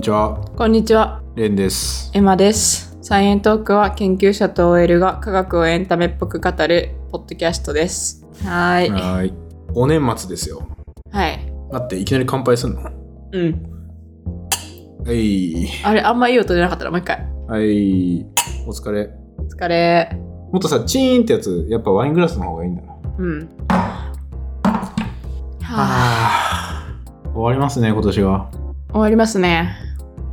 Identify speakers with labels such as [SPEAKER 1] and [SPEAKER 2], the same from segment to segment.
[SPEAKER 1] ちは、
[SPEAKER 2] こんにちは、
[SPEAKER 1] レンです。
[SPEAKER 2] エマです。サイエントークは研究者と OL が科学をエンタメっぽく語るポッドキャストです。はーい。
[SPEAKER 1] はーい。お年末ですよ。
[SPEAKER 2] はい。
[SPEAKER 1] 待って、いきなり乾杯すんのは
[SPEAKER 2] うん。
[SPEAKER 1] い。
[SPEAKER 2] あれ、あんまいい音じゃなかったらもう一回。
[SPEAKER 1] はい。お疲れ。
[SPEAKER 2] お疲れ。
[SPEAKER 1] もっとさ、チーンってやつ、やっぱワイングラスの方がいいんだな。
[SPEAKER 2] うん。はあ、
[SPEAKER 1] あー終わりますね、今年は。
[SPEAKER 2] 終わりますね。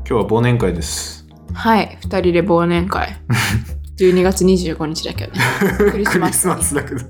[SPEAKER 1] 今日は忘年会です。
[SPEAKER 2] はい。二人で忘年会。12月25日だけ どね。クリスマス。
[SPEAKER 1] だけど。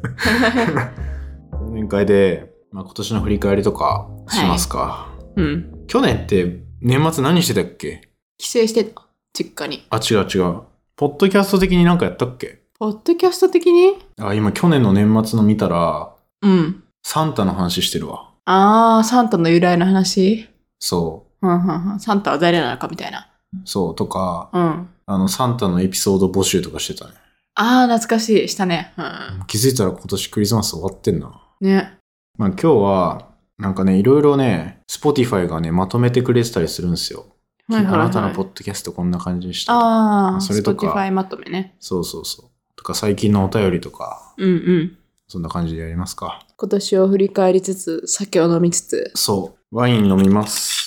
[SPEAKER 1] 忘年会で、まあ、今年の振り返りとかしますか。
[SPEAKER 2] うん。
[SPEAKER 1] 去年って年末何してたっけ
[SPEAKER 2] 帰省してた。実家に。
[SPEAKER 1] あ、違う違う。ポッドキャスト的になんかやったっけ
[SPEAKER 2] ポッドキャスト的に
[SPEAKER 1] あ、今去年の年末の見たら、
[SPEAKER 2] うん。
[SPEAKER 1] サンタの話してるわ。
[SPEAKER 2] あー、サンタの由来の話
[SPEAKER 1] そ
[SPEAKER 2] うんうんうん。サンタは誰なのかみたいな。
[SPEAKER 1] う。そう。とか、
[SPEAKER 2] うん。
[SPEAKER 1] あの、サンタのエピソード募集とかしてたね。
[SPEAKER 2] ああ、懐かしい。したね。うん。
[SPEAKER 1] 気づいたら今年クリスマス終わってんな。
[SPEAKER 2] ね。
[SPEAKER 1] まあ今日は、なんかね、いろいろね、Spotify がね、まとめてくれてたりするんですよ。
[SPEAKER 2] はいはいはい
[SPEAKER 1] あなたのポッドキャストこんな感じでした。
[SPEAKER 2] ああ、
[SPEAKER 1] それとか
[SPEAKER 2] Spotify まとめね。
[SPEAKER 1] そうそうそう。とか最近のお便りとか、
[SPEAKER 2] うんうん。
[SPEAKER 1] そんな感じでやりますか。
[SPEAKER 2] 今年を振り返りつつ、酒を飲みつつ。
[SPEAKER 1] そう。ワイン飲みます。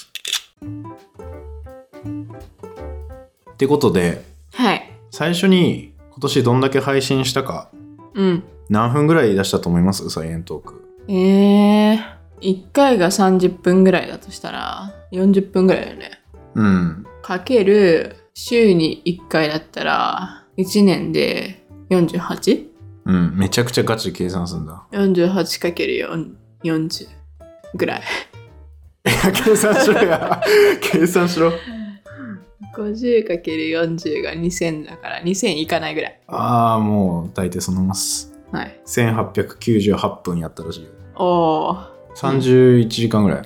[SPEAKER 1] ってことで、
[SPEAKER 2] はい。
[SPEAKER 1] 最初に今年どんだけ配信したか、
[SPEAKER 2] うん。
[SPEAKER 1] 何分ぐらい出したと思いますサイエントーク。
[SPEAKER 2] ええー。1回が30分ぐらいだとしたら、40分ぐらいだよね。
[SPEAKER 1] うん。
[SPEAKER 2] かける、週に1回だったら、1年で 48?48。
[SPEAKER 1] うん。めちゃくちゃガチで計算するんだ
[SPEAKER 2] 48かける4 40ぐらい。
[SPEAKER 1] 計算しろ や。計算しろ。
[SPEAKER 2] 50かける40が2000だから、2000いかないぐらい。
[SPEAKER 1] ああ、もう大体そのます。
[SPEAKER 2] はい。
[SPEAKER 1] 1898分やったらしいよ。
[SPEAKER 2] おー。
[SPEAKER 1] 31時間ぐらい。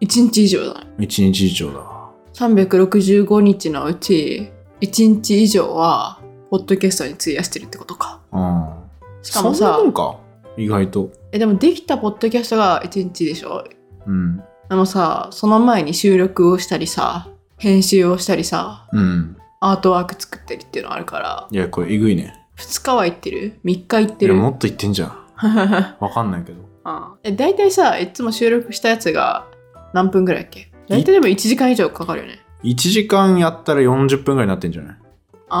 [SPEAKER 2] 一日以上だね
[SPEAKER 1] 1日以上だわ。
[SPEAKER 2] 365日のうち1日以上はポッドキャストに費やしてるってことか
[SPEAKER 1] うん。
[SPEAKER 2] しかも
[SPEAKER 1] そんな
[SPEAKER 2] さ
[SPEAKER 1] もんか。意外と。
[SPEAKER 2] えでもできたポッドキャストが1日でしょ
[SPEAKER 1] うん。
[SPEAKER 2] でもさその前に収録をしたりさ編集をしたりさ
[SPEAKER 1] うん。
[SPEAKER 2] アートワーク作ったりっていうのあるから
[SPEAKER 1] いや、これえぐいね。
[SPEAKER 2] 2日は行ってる3日行っ
[SPEAKER 1] い
[SPEAKER 2] て
[SPEAKER 1] や、
[SPEAKER 2] る
[SPEAKER 1] もっと言ってんじゃん。 わかんないけど。
[SPEAKER 2] うんえ大体さいつも収録したやつが何分ぐらいだっけ大体でも1時間以上かかるよね
[SPEAKER 1] 1時間やったら40分ぐらいになってんじゃない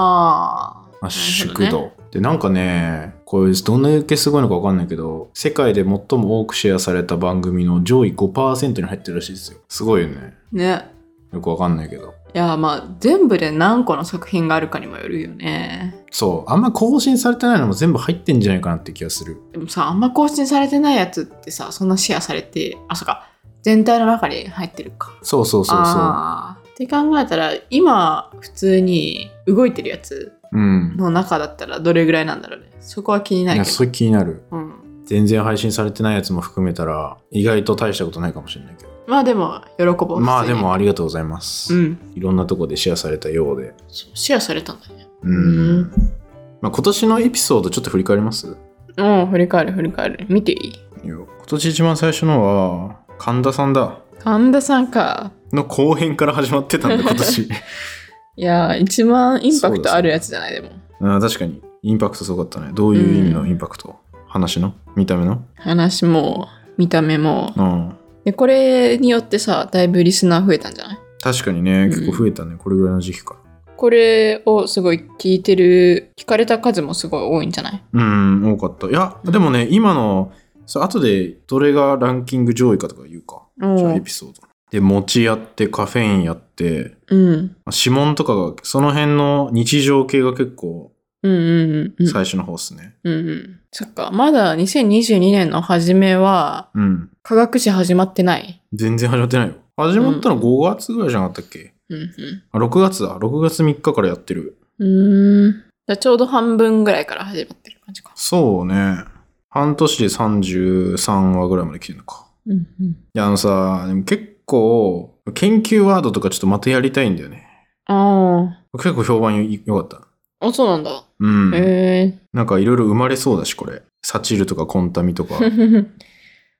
[SPEAKER 2] ああ
[SPEAKER 1] まあ、宿度、で、なんかね、これどんだけすごいのかわかんないけど、世界で最も多くシェアされた番組の上位5%に入ってるらしいですよ。すごいよね。
[SPEAKER 2] ね
[SPEAKER 1] よくわかんないけど。
[SPEAKER 2] いやまあ全部で何個の作品があるかにもよるよね
[SPEAKER 1] そう、あんま更新されてないのも全部入ってんじゃないかなって気がする。
[SPEAKER 2] でもさあんま更新されてないやつってさそんなシェアされてあそうか全体の中に入ってるか
[SPEAKER 1] そうそうそうそ
[SPEAKER 2] あーって考えたら今普通に動いてるやつ
[SPEAKER 1] う。うん。
[SPEAKER 2] の中だったらどれぐらいなんだろうねそこは気にないる
[SPEAKER 1] や、
[SPEAKER 2] け
[SPEAKER 1] そ
[SPEAKER 2] ど
[SPEAKER 1] れ気になる。
[SPEAKER 2] うん、
[SPEAKER 1] 全然配信されてないやつも含めたら意外と大したことないかもしれないけど
[SPEAKER 2] まあでも喜ぼう普通に
[SPEAKER 1] まあでもありがとうございます、
[SPEAKER 2] うん
[SPEAKER 1] いろんなとこでシェアされたようで
[SPEAKER 2] そうシェアされたんだね
[SPEAKER 1] うん
[SPEAKER 2] うん
[SPEAKER 1] まあ、今年のエピソードちょっと振り返ります
[SPEAKER 2] うん振り返る振り返る見ていい
[SPEAKER 1] いや今年一番最初のは神田さんだ
[SPEAKER 2] 神田さんか
[SPEAKER 1] の後編から始まってたん だ今年
[SPEAKER 2] いやー一番インパクトあるやつじゃないでも
[SPEAKER 1] うん確かにインパクトすごかったねどういう意味のインパクト、話の見た目の
[SPEAKER 2] 話も見た目も
[SPEAKER 1] うん
[SPEAKER 2] でこれによってさだいぶリスナー増えたんじゃない
[SPEAKER 1] 確かにね結構増えたね、これぐらいの時期から
[SPEAKER 2] これをすごい聞いてる聞かれた数もすごい多いんじゃない
[SPEAKER 1] うん多かったいや
[SPEAKER 2] うん
[SPEAKER 1] でもね今のそう後でどれがランキング上位かとか言うか
[SPEAKER 2] うん
[SPEAKER 1] じゃあエピソード。で、餅やって、カフェインやって、
[SPEAKER 2] うん
[SPEAKER 1] 指紋とかが、その辺の日常系が結構
[SPEAKER 2] うんうんうん
[SPEAKER 1] 最初の方っすね。
[SPEAKER 2] うんうんそっかまだ2022年の初めは
[SPEAKER 1] うん。
[SPEAKER 2] 科学史始まってない
[SPEAKER 1] 全然始まってないよ。始まったの5月ぐらいじゃなかったっけ、
[SPEAKER 2] うん
[SPEAKER 1] あ、6月だ。6月3日からやってる。
[SPEAKER 2] うんうーんじゃあちょうど半分ぐらいから始まってる感じか
[SPEAKER 1] そうね。半年で33話ぐらいまで来てるのか。
[SPEAKER 2] うんうん
[SPEAKER 1] いや、あのさ、でも結構、研究ワードとかちょっとまたやりたいんだよね。
[SPEAKER 2] あ
[SPEAKER 1] 結構評判よよかった。
[SPEAKER 2] ーあそうなんだ
[SPEAKER 1] うん。
[SPEAKER 2] へ え
[SPEAKER 1] なんかいろいろ生まれそうだし、これ。 サチルとかコンタミとか
[SPEAKER 2] ー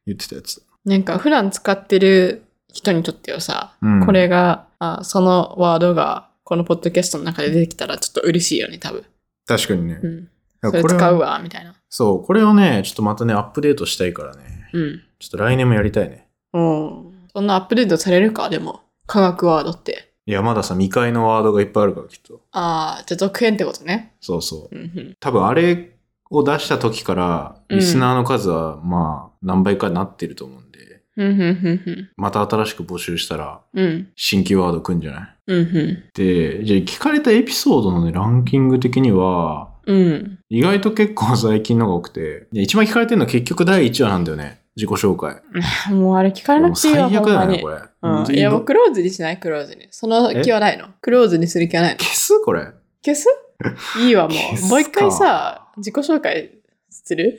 [SPEAKER 1] 言ってたやつ。
[SPEAKER 2] なんか普段使ってる人にとってはさ、
[SPEAKER 1] うん
[SPEAKER 2] これが、あそのワードが、このポッドキャストの中で出てきたらちょっと嬉しいよね、多分。
[SPEAKER 1] 確かにね。
[SPEAKER 2] うん。
[SPEAKER 1] だ
[SPEAKER 2] そ
[SPEAKER 1] から
[SPEAKER 2] れ
[SPEAKER 1] これ
[SPEAKER 2] 使う
[SPEAKER 1] は
[SPEAKER 2] わ、みたいな。
[SPEAKER 1] そう、これをね、ちょっとまたね、アップデートしたいからね。
[SPEAKER 2] うん。
[SPEAKER 1] ちょっと来年もやりたいね。
[SPEAKER 2] うん。そんなアップデートされるか、でも。科学ワードって。
[SPEAKER 1] いや、まださ、未開のワードがいっぱいあるから、きっと。
[SPEAKER 2] ああ、じゃあ続編ってことね。
[SPEAKER 1] そうそう。
[SPEAKER 2] うんうん。
[SPEAKER 1] 多分、あれを出した時から、
[SPEAKER 2] うん
[SPEAKER 1] リスナーの数は、まあ、何倍かなってると思うんで、
[SPEAKER 2] うんうんうん
[SPEAKER 1] また新しく募集したら、
[SPEAKER 2] うん。うん。
[SPEAKER 1] 新規ワードくんじゃない
[SPEAKER 2] うん
[SPEAKER 1] で、じゃあ、聞かれたエピソードのね、ランキング的には、
[SPEAKER 2] うん。うん。
[SPEAKER 1] 意外と結構最近のが多くて、で一番聞かれてるのは結局第1話なんだよね。自己紹介。
[SPEAKER 2] もうあれ聞かれな
[SPEAKER 1] もう
[SPEAKER 2] くていい
[SPEAKER 1] 最
[SPEAKER 2] わ、
[SPEAKER 1] 悪
[SPEAKER 2] ほん
[SPEAKER 1] だ
[SPEAKER 2] ま
[SPEAKER 1] よね、
[SPEAKER 2] に
[SPEAKER 1] こ。れ。
[SPEAKER 2] うん、
[SPEAKER 1] で
[SPEAKER 2] いや、もうクローズにしない、クローズに。その気はないの。クローズにする気はないの。
[SPEAKER 1] 消すこれ。
[SPEAKER 2] 消 すいいわ、も
[SPEAKER 1] 消すか
[SPEAKER 2] う。もう一回さ、自己紹介する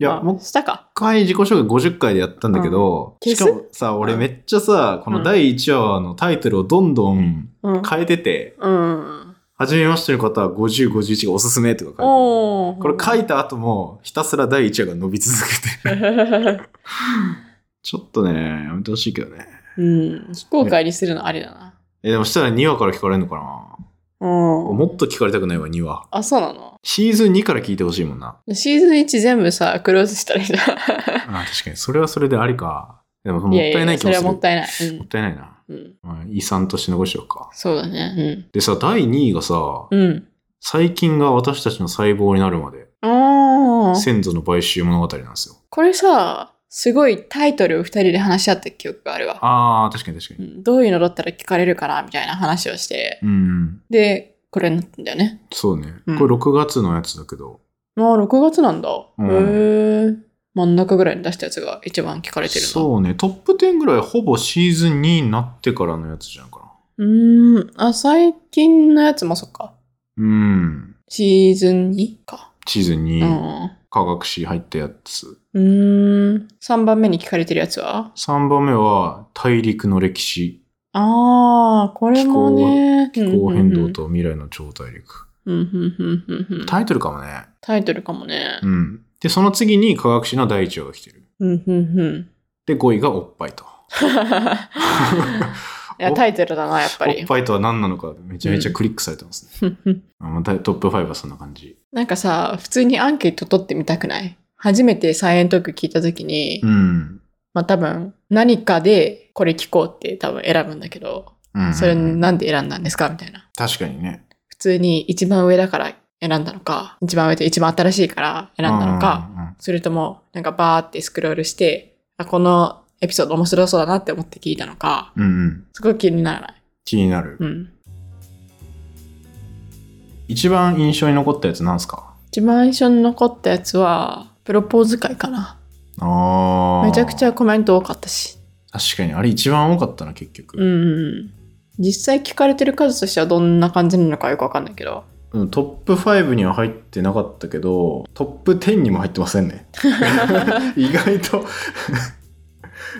[SPEAKER 1] いや、
[SPEAKER 2] あ
[SPEAKER 1] もう一
[SPEAKER 2] したか。
[SPEAKER 1] 回自己紹介50回でやったんだけど、
[SPEAKER 2] うん
[SPEAKER 1] しかもさ、俺めっちゃさ、この第1話のタイトルをどんどん
[SPEAKER 2] うん。
[SPEAKER 1] 変えてて、
[SPEAKER 2] うん。
[SPEAKER 1] はじめましての方は50、51がおすすめとか書いてる。
[SPEAKER 2] おー。
[SPEAKER 1] これ書いた後もひたすら第1話が伸び続けて。 ちょっとね、やめてほしいけどね。
[SPEAKER 2] うん。非公開にするのありだな。
[SPEAKER 1] え、でもしたら2話から聞かれるのかな
[SPEAKER 2] うん。
[SPEAKER 1] もっと聞かれたくないわ、2話。
[SPEAKER 2] あ、そうなの
[SPEAKER 1] シーズン2から聞いてほしいもんな。
[SPEAKER 2] シーズン1全部さ、クローズした らいいな。
[SPEAKER 1] あ確かに。それはそれでありか。でも、もっ
[SPEAKER 2] い
[SPEAKER 1] た
[SPEAKER 2] やいや
[SPEAKER 1] い
[SPEAKER 2] い
[SPEAKER 1] ない
[SPEAKER 2] や、
[SPEAKER 1] 気
[SPEAKER 2] そ
[SPEAKER 1] も
[SPEAKER 2] れ
[SPEAKER 1] す
[SPEAKER 2] は
[SPEAKER 1] る。
[SPEAKER 2] もったいない。
[SPEAKER 1] もったいないな。
[SPEAKER 2] うん。うん。
[SPEAKER 1] まあ、遺産として残しておくか。
[SPEAKER 2] そうだね。
[SPEAKER 1] でさ、第2位がさ、
[SPEAKER 2] うん。うん。
[SPEAKER 1] 細菌が私たちの細胞になるまで、
[SPEAKER 2] あー。
[SPEAKER 1] 先祖の買収物語なんですよ。
[SPEAKER 2] これさ、すごいタイトルを二人で話し合った記憶があるわ。
[SPEAKER 1] あー、確かに確か
[SPEAKER 2] う
[SPEAKER 1] に。
[SPEAKER 2] んどういうのだったら聞かれるかなみたいな話をして、
[SPEAKER 1] うん、
[SPEAKER 2] で、これになったんだよね。
[SPEAKER 1] そうね。
[SPEAKER 2] うん
[SPEAKER 1] これ6月のやつだけど、
[SPEAKER 2] もう6月なんだ。
[SPEAKER 1] ん
[SPEAKER 2] へえ。真ん中ぐらいに出したやつが一番聞かれてるな。
[SPEAKER 1] そうね、トップ10ぐらいほぼシーズン2になってからのやつじゃんかな。
[SPEAKER 2] う。うーん。あ、最近のやつもそっか。
[SPEAKER 1] うん、
[SPEAKER 2] シーズン 2? か。
[SPEAKER 1] シーズン
[SPEAKER 2] う
[SPEAKER 1] 2、
[SPEAKER 2] ん。
[SPEAKER 1] 科学史入ったやつ。
[SPEAKER 2] うーん。3番目に聞かれてるやつは
[SPEAKER 1] 3番目は、大陸の歴史、
[SPEAKER 2] ああ、これもね。
[SPEAKER 1] 気候変動と未来の超大陸。
[SPEAKER 2] うんうんうんうんうんうん。
[SPEAKER 1] タイトルかもね。
[SPEAKER 2] タイトルかもね
[SPEAKER 1] う。ん。で、その次に科学史の第1話が来てる。
[SPEAKER 2] うんうんうん。
[SPEAKER 1] で、5位がおっぱいと。
[SPEAKER 2] いや、タイトルだな、やっぱ
[SPEAKER 1] お
[SPEAKER 2] り
[SPEAKER 1] っ。ぱいとは何なのかめちゃめちゃクリックされてますね。あまあだいトップ5はそんな感じ。
[SPEAKER 2] なんかさ、普通にアンケート取ってみたくない初めてサイエントーク聞いたときに、
[SPEAKER 1] うん。
[SPEAKER 2] まあ多分何かでこれ聞こうって多分選ぶんだけど、
[SPEAKER 1] うん、
[SPEAKER 2] それなんで選んだんですかみたいな。
[SPEAKER 1] 確かにね。
[SPEAKER 2] 普通に一番上だから選んだのか、一番上で一番新しいから選んだのか、
[SPEAKER 1] か。
[SPEAKER 2] それともなんかバーってスクロールして、あこのエピソード面白そうだなって思って聞いたのか、
[SPEAKER 1] うんうん、うん。
[SPEAKER 2] すごい気にならない。
[SPEAKER 1] 気になる、
[SPEAKER 2] うん。
[SPEAKER 1] 一番印象に残ったやつなんすか
[SPEAKER 2] 一番印象に残ったやつは、プロポーズ会かな。
[SPEAKER 1] ああ。
[SPEAKER 2] めちゃくちゃ。コメント多かったし。
[SPEAKER 1] 確かに、あれ一番多かったな、結局。
[SPEAKER 2] うんうん実際聞かれてる数としてはどんな感じなのかよくわかんないけど。
[SPEAKER 1] うんトップ5には入ってなかったけど、トップ10にも入ってません ね。意外と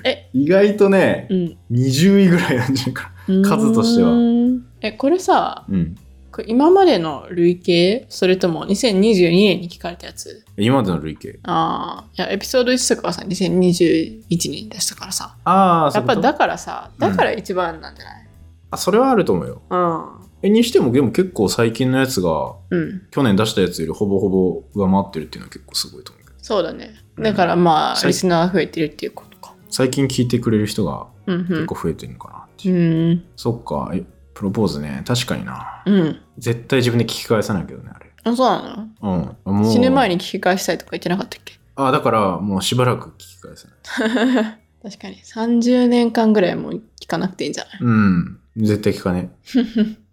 [SPEAKER 2] え
[SPEAKER 1] 意外とね、
[SPEAKER 2] うん。
[SPEAKER 1] 20位ぐらいなんじゃないか数としては
[SPEAKER 2] うーん。え、これさ、
[SPEAKER 1] な。うん。
[SPEAKER 2] これ今までの累計それとも2022年に聞かれたやつ
[SPEAKER 1] 今までの累計。
[SPEAKER 2] ああ。いや、エピソード1とかはさ、2021年に出したからさ。
[SPEAKER 1] ああ、
[SPEAKER 2] やっぱ
[SPEAKER 1] そういうこと
[SPEAKER 2] だからさ、だから一番なんじゃない
[SPEAKER 1] あ、それはあると思うよ。
[SPEAKER 2] うん。
[SPEAKER 1] え、にしても、でも結構最近のやつが、
[SPEAKER 2] うん。
[SPEAKER 1] 去年出したやつよりほぼほぼ上回ってるっていうのは結構すごいと思うけど。
[SPEAKER 2] そうだね。だからまあ、
[SPEAKER 1] 最
[SPEAKER 2] リスナーが増えてるっていうことか。
[SPEAKER 1] 最近聞いてくれる人が
[SPEAKER 2] うん
[SPEAKER 1] 結構増えてるのかなって
[SPEAKER 2] う。
[SPEAKER 1] いうんそっか、え、プロポーズね。確かにな。
[SPEAKER 2] うん。うん。
[SPEAKER 1] 絶対自分で聞き返さないけどね、あれ。
[SPEAKER 2] あ、そうな
[SPEAKER 1] うん。
[SPEAKER 2] の
[SPEAKER 1] もう
[SPEAKER 2] 死ぬ前
[SPEAKER 1] に。
[SPEAKER 2] に聞き返したいとか言ってなかったっけ
[SPEAKER 1] あ、だからもうしばらく聞き返さない。
[SPEAKER 2] 確かに30年間ぐらいもう聞かなくていいんじゃない
[SPEAKER 1] うん。絶対聞かね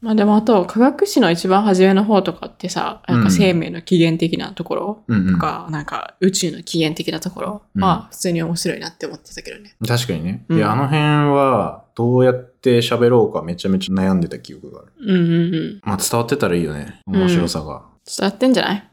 [SPEAKER 2] まあでもあと科学史の一番初めの方とかってさなんか生命の起源的なところ
[SPEAKER 1] え。うん、う
[SPEAKER 2] と
[SPEAKER 1] ん。
[SPEAKER 2] か、なんか宇宙の起源的なところ
[SPEAKER 1] うん
[SPEAKER 2] は普通に面白いなって思ってたけどね、
[SPEAKER 1] 確かにね。
[SPEAKER 2] うん
[SPEAKER 1] いや、あの辺はどうやって喋ろうかめちゃめちゃ悩んでた記憶がある。
[SPEAKER 2] うん、うんうん
[SPEAKER 1] まあ伝わってたらいいよね。面白さが。
[SPEAKER 2] 伝わってんじゃない
[SPEAKER 1] 伝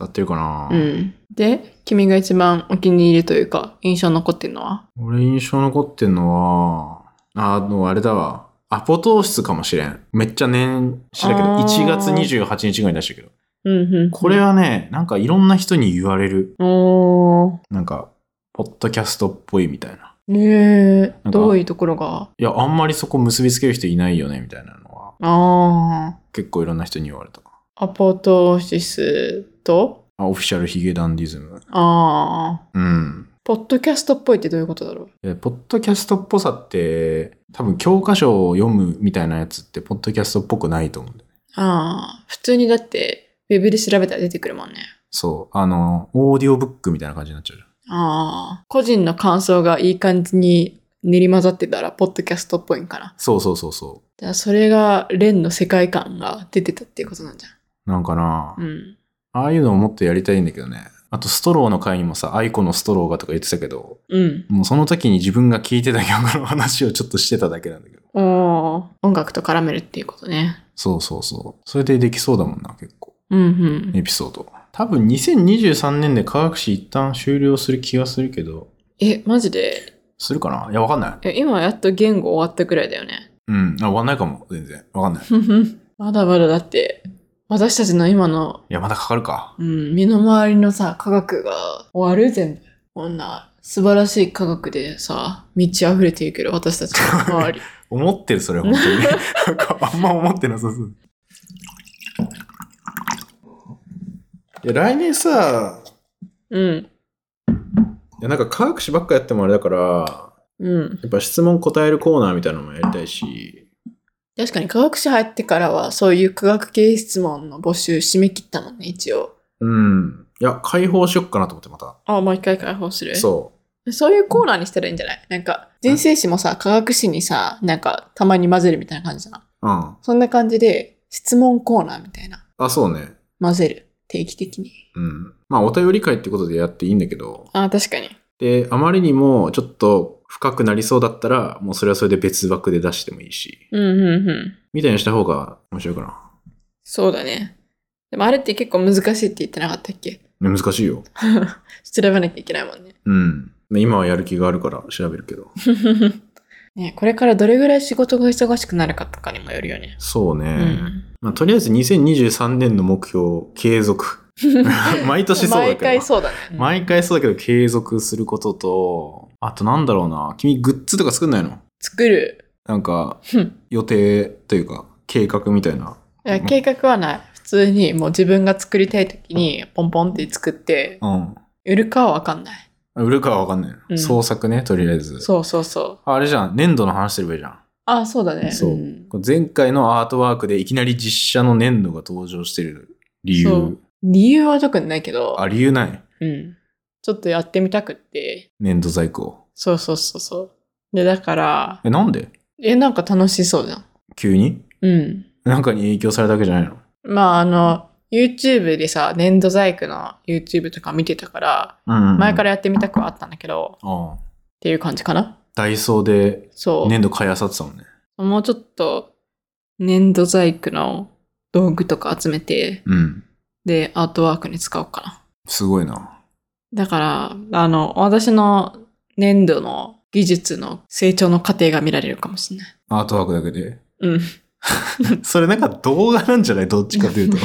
[SPEAKER 1] わってるかな、
[SPEAKER 2] うんで君が一番お気に入りというか印象に残ってるのは
[SPEAKER 1] 俺印象残ってんのは、あの、あれだわ。アポ糖質かもしれん。めっちゃ年始だけど、
[SPEAKER 2] あー
[SPEAKER 1] 1月28日ぐらいに出したけど。
[SPEAKER 2] うんうん
[SPEAKER 1] これはね、なんかいろんな人に言われる。
[SPEAKER 2] おー
[SPEAKER 1] なんか、ポッドキャストっぽいみたいな。
[SPEAKER 2] え
[SPEAKER 1] な
[SPEAKER 2] ー、
[SPEAKER 1] んか
[SPEAKER 2] どういうところが
[SPEAKER 1] いや、あんまりそこ結びつける人いないよね、みたいなのは、
[SPEAKER 2] あ
[SPEAKER 1] 結構いろんな人に言われた。
[SPEAKER 2] あ、アポトーシスと、
[SPEAKER 1] あ、オフィシャルヒゲダンディズム。
[SPEAKER 2] ああ、
[SPEAKER 1] うん。
[SPEAKER 2] ポッドキャストっぽいってどういうことだろう
[SPEAKER 1] えポッドキャストっぽさって、多分教科書を読むみたいなやつって、ポッドキャストっぽくないと思うんだよね。
[SPEAKER 2] ああ、普通にだって、ウェブで調べたら出てくるもんね。
[SPEAKER 1] そう。あの、オーディオブックみたいな感じになっちゃうじゃん。
[SPEAKER 2] ああ、個人の感想がいい感じに練り混ざってたら、ポッドキャストっぽいんかな。
[SPEAKER 1] そうそうそうそ
[SPEAKER 2] じゃあ、それが、レンの世界観が出てたっていうことなんじ
[SPEAKER 1] う。なんかな、
[SPEAKER 2] ゃん。うん。
[SPEAKER 1] ああいうのをもっとやりたいんだけどね。あと、ストローの回にもさ、アイコのストローがとか言ってたけど、
[SPEAKER 2] うん。
[SPEAKER 1] もうその時に自分が聞いてた曲の話をちょっとしてただけなんだけど。
[SPEAKER 2] おー音楽と絡めるっていうことね。
[SPEAKER 1] そうそうそう。それでできそうだもんな、結構。
[SPEAKER 2] うんうん。
[SPEAKER 1] エピソード。多分2023年で科学史一旦終了する気がするけど、
[SPEAKER 2] え、マジです
[SPEAKER 1] るかないや、わかんない。
[SPEAKER 2] え今やっと言語終わったくらいだよ ね。
[SPEAKER 1] うん。あ、わかんないかも。全然。わかんない。い
[SPEAKER 2] ふふまだまだだって、私たちの今の、
[SPEAKER 1] や、まだかかるか。
[SPEAKER 2] うん、身の回りのさ、科学が終わる全部。こんな、素晴らしい科学でさ、満ち溢れていくけど、私たちの周り。
[SPEAKER 1] 思ってる、それ、本当に。なんか、あんま思ってなさそう。いや、来年さ、
[SPEAKER 2] うん。
[SPEAKER 1] いや、なんか科学史ばっかやってもあれだから、
[SPEAKER 2] うん。
[SPEAKER 1] やっぱ質問答えるコーナーみたいなのもやりたいし、
[SPEAKER 2] 確かに科学史入ってからは、そういう科学系質問の募集締め切ったもんね、一応。
[SPEAKER 1] うん。いや、解放しよっかなと思って、また。
[SPEAKER 2] あ、もう一回開放する
[SPEAKER 1] そ
[SPEAKER 2] そういうコーナーにしたらいいんじゃないなんか、人生史もさ、科学史にさ、なんか、たまに混ぜるみたいな感じじゃん。
[SPEAKER 1] う。うん。
[SPEAKER 2] そんな感じで、質問コーナーみたいな。
[SPEAKER 1] あ、そうね。
[SPEAKER 2] 混ぜる。定期的に。
[SPEAKER 1] うん。まあ、お便り会ってことでやっていいんだけど、
[SPEAKER 2] あ、確かに。
[SPEAKER 1] で、あまりにもちょっと深くなりそうだったら、もうそれはそれで別枠で出してもいいし、
[SPEAKER 2] うん、うん、うん。
[SPEAKER 1] みたいにした方が面白いかな。
[SPEAKER 2] そうだね。でもあれって結構難しいって言ってなかったっけ
[SPEAKER 1] ね難しいよ。
[SPEAKER 2] 調べなきゃいけないもんね。
[SPEAKER 1] うん。ね今はやる気があるから調べるけど。
[SPEAKER 2] ねこれからどれぐらい仕事が忙しくなるかとかにもよるよね。
[SPEAKER 1] そうね。
[SPEAKER 2] うん。
[SPEAKER 1] まあ、とりあえず2023年の目標、継続。 毎年そうだけど。
[SPEAKER 2] 毎回そうだね。うん
[SPEAKER 1] 毎回そうだけど継続することと、あとなんだろうな、君グッズとか作んないの
[SPEAKER 2] 作る。
[SPEAKER 1] なんか
[SPEAKER 2] ふん
[SPEAKER 1] 予定というか計画みたいな。
[SPEAKER 2] いや計画はない。普通にもう自分が作りたい時にポンポンって作って、
[SPEAKER 1] うん。
[SPEAKER 2] 売るかはわかんない。
[SPEAKER 1] 売るかはわかんないの、
[SPEAKER 2] うん
[SPEAKER 1] 創作ね、とりあえず。
[SPEAKER 2] そうそうそう。
[SPEAKER 1] あれじゃん、粘土の話すればいいじゃん。
[SPEAKER 2] あそうだね。
[SPEAKER 1] そうんこれ前回のアートワークでいきなり実写の粘土が登場してる理
[SPEAKER 2] そう
[SPEAKER 1] 由。
[SPEAKER 2] 理由は特にないけど、
[SPEAKER 1] あ、理由ない。
[SPEAKER 2] うん。ちょっとやってみたくって。
[SPEAKER 1] 粘土細工。
[SPEAKER 2] そうそうそうそう。で、だから、
[SPEAKER 1] え、なんで
[SPEAKER 2] え、なんか楽しそうじゃん。
[SPEAKER 1] 急に
[SPEAKER 2] うん。
[SPEAKER 1] なんかに影響されたわけじゃないの
[SPEAKER 2] まああの、YouTube でさ、粘土細工の YouTube とか見てたから、
[SPEAKER 1] うん、。
[SPEAKER 2] 前かららやってみたくはあったんだけど、っ
[SPEAKER 1] ああ
[SPEAKER 2] ていう感じかな。
[SPEAKER 1] ダイソーで
[SPEAKER 2] そう。
[SPEAKER 1] 粘土買いあさってたもんね。
[SPEAKER 2] もうちょっと、粘土細工の道具とか集めて、
[SPEAKER 1] うん。
[SPEAKER 2] で、アートワークに使おうかな。
[SPEAKER 1] すごいな。
[SPEAKER 2] だから、あの、私の粘土の技術の成長の過程が見られるかもしれない。
[SPEAKER 1] アートワークだけで。
[SPEAKER 2] うん。
[SPEAKER 1] それなんか動画なんじゃないどっちかという と。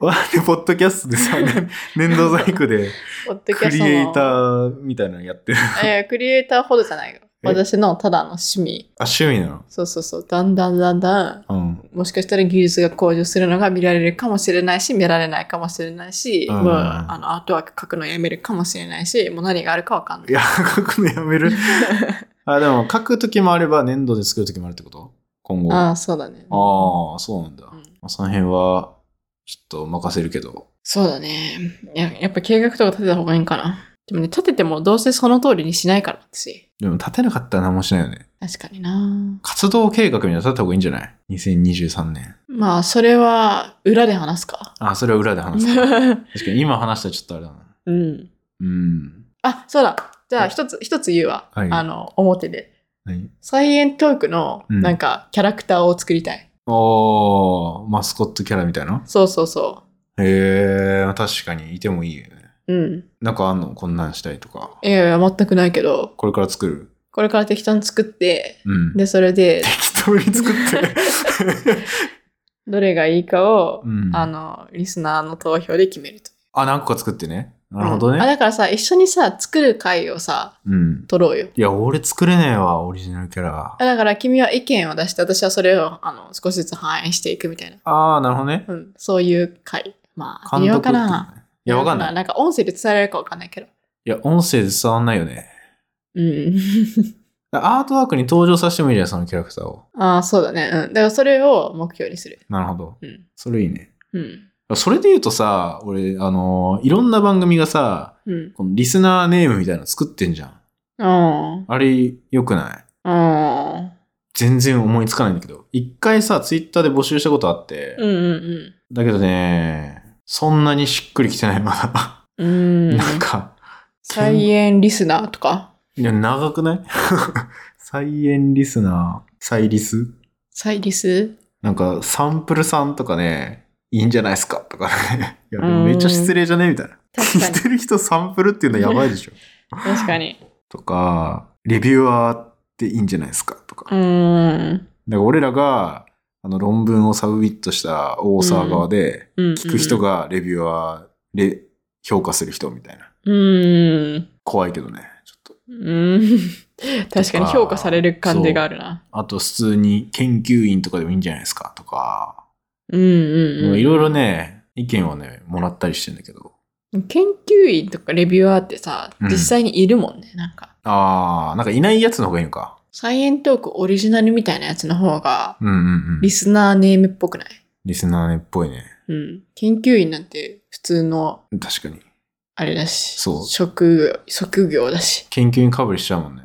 [SPEAKER 1] わあで、ポッドキャストでさ、 ね粘土細工で、
[SPEAKER 2] ポッドキ
[SPEAKER 1] ク
[SPEAKER 2] ャス
[SPEAKER 1] リ
[SPEAKER 2] ト
[SPEAKER 1] エイタ
[SPEAKER 2] の。
[SPEAKER 1] ーみたいなのやってる。
[SPEAKER 2] いやクリエイターほどじゃないよ。私のただの趣味。
[SPEAKER 1] あ、趣味なの
[SPEAKER 2] そうそうそう。だんだんだんだん、
[SPEAKER 1] うん。
[SPEAKER 2] もしかしたら技術が向上するのが見られるかもしれないし、見られないかもしれないし、
[SPEAKER 1] うん
[SPEAKER 2] もうあのアートワーク書くのやめるかもしれないし、もう何があるかわかんない
[SPEAKER 1] い。や、書くのやめ る。あ、でも書くときもあれば粘土で作るときもあるってこと今後。あ
[SPEAKER 2] ああ、そうだね。
[SPEAKER 1] あー、そうなんだ。
[SPEAKER 2] うん
[SPEAKER 1] まあその辺は、ちょっと任せるけど。
[SPEAKER 2] そうだねや。やっぱ計画とか立てた方がいいんかな。でもね、立ててもどうせその通りにしないから、私。
[SPEAKER 1] でも立てなかったら何もしないよね。
[SPEAKER 2] 確かにな
[SPEAKER 1] 活動計画みたいなの立てた方がいいんじゃない ?2023 年。
[SPEAKER 2] まあ、それは裏で話すか。
[SPEAKER 1] あ、それは裏で話す か。確かに今話したらちょっとあれだな。 う
[SPEAKER 2] うん。
[SPEAKER 1] ん。
[SPEAKER 2] あ、そうだ。じゃ
[SPEAKER 1] は
[SPEAKER 2] あ、
[SPEAKER 1] い
[SPEAKER 2] 一つ、一つ言うわ。
[SPEAKER 1] はい
[SPEAKER 2] あの、表で。
[SPEAKER 1] 何
[SPEAKER 2] サイエントークの、
[SPEAKER 1] うん
[SPEAKER 2] なんか、キャラクターを作りたい。
[SPEAKER 1] おー、マスコットキャラみたいな
[SPEAKER 2] そうそうそ
[SPEAKER 1] へえ、確かにいてもいいよね。
[SPEAKER 2] う。うん。
[SPEAKER 1] なんかあんのこんなんしたいとか。
[SPEAKER 2] いやいや、全くないけど、
[SPEAKER 1] これから作る
[SPEAKER 2] これから適当に作って、
[SPEAKER 1] うん。
[SPEAKER 2] で、それで、
[SPEAKER 1] 適当に作って。
[SPEAKER 2] どれがいいかを、
[SPEAKER 1] うん、
[SPEAKER 2] あの、リスナーの投票で決めると。
[SPEAKER 1] あ、何個か作ってね。なるほど
[SPEAKER 2] うんあ、
[SPEAKER 1] ね。
[SPEAKER 2] だからさ、一緒にさ、作る回をさ、
[SPEAKER 1] うん。
[SPEAKER 2] 撮ろうよ。
[SPEAKER 1] いや、俺作れねえわ、オリジナルキャラ
[SPEAKER 2] あ。だから君は意見を出して、私はそれをあの少しずつ反映していくみたいな。
[SPEAKER 1] ああ、なるほどね。
[SPEAKER 2] うん、そういう回。まあ、微
[SPEAKER 1] 監
[SPEAKER 2] 妙
[SPEAKER 1] 督
[SPEAKER 2] かな。
[SPEAKER 1] っていや、わかんない。
[SPEAKER 2] なんか音声で伝えられるかわかんないけど。
[SPEAKER 1] いや、音声で伝わんないよね。
[SPEAKER 2] うん。
[SPEAKER 1] アートワークに登場させてもいいじゃん、そのキャラクターを。
[SPEAKER 2] ああ、そうだね。うん。だからそれを目標にする。
[SPEAKER 1] なるほど。
[SPEAKER 2] うん。
[SPEAKER 1] それいいね。
[SPEAKER 2] うん。
[SPEAKER 1] それで言うとさ、俺、あのーいろんな番組がさ、
[SPEAKER 2] うん。
[SPEAKER 1] このリスナーネームみたいなの作ってんじゃん。
[SPEAKER 2] あ
[SPEAKER 1] あれ、良くない
[SPEAKER 2] あ。ああ。
[SPEAKER 1] 全然思いつかないんだけど。一回さ、ツイッターで募集したことあって、
[SPEAKER 2] うんうん
[SPEAKER 1] だけどね、そんなにしっくりきてない、まだ。
[SPEAKER 2] うん。うん。
[SPEAKER 1] なんか、
[SPEAKER 2] 再演リスナーとか、
[SPEAKER 1] いや、長くない 再演リスナー、再リス
[SPEAKER 2] 再リス
[SPEAKER 1] なんか、サンプルさんとかね、いいんじゃないですかとかね。いや、で
[SPEAKER 2] う
[SPEAKER 1] も
[SPEAKER 2] ん
[SPEAKER 1] めっちゃ失礼じゃねみたいな。
[SPEAKER 2] 確か
[SPEAKER 1] 聞い
[SPEAKER 2] に。
[SPEAKER 1] てる人サンプルっていうのやばいでしょ。
[SPEAKER 2] 確かに。
[SPEAKER 1] とか、レビュアーっていいんじゃないですかとか。
[SPEAKER 2] うーん。
[SPEAKER 1] だから俺らが、あの論文をサブミットしたオーサー側で、聞
[SPEAKER 2] 聞
[SPEAKER 1] く人。がレビュアー、レ、評価する人みたいな。
[SPEAKER 2] うーん。
[SPEAKER 1] 怖いけどね、ちょっと。
[SPEAKER 2] うん。 確かに評価される感じがあるな。
[SPEAKER 1] あと普通に研究員とかでもいいんじゃないですかとか、
[SPEAKER 2] うんうん
[SPEAKER 1] も
[SPEAKER 2] う。
[SPEAKER 1] うんいろいろね、意見をね、もらったりしてんだけど。
[SPEAKER 2] 研究員とかレビュアーってさ、
[SPEAKER 1] うん
[SPEAKER 2] 実際にいるもんね。なんか、
[SPEAKER 1] あー、なんかいないやつの方がいいのか。
[SPEAKER 2] サイエントークオリジナルみたいなやつの方が、
[SPEAKER 1] うんうんうん。
[SPEAKER 2] リスナーネームっぽくない
[SPEAKER 1] リスナーねっぽいね。
[SPEAKER 2] うん。研究員なんて普通の、
[SPEAKER 1] 確かに。
[SPEAKER 2] あれだし、
[SPEAKER 1] そう
[SPEAKER 2] 職業、職業だし。
[SPEAKER 1] 研究にかぶりしちゃうもんね。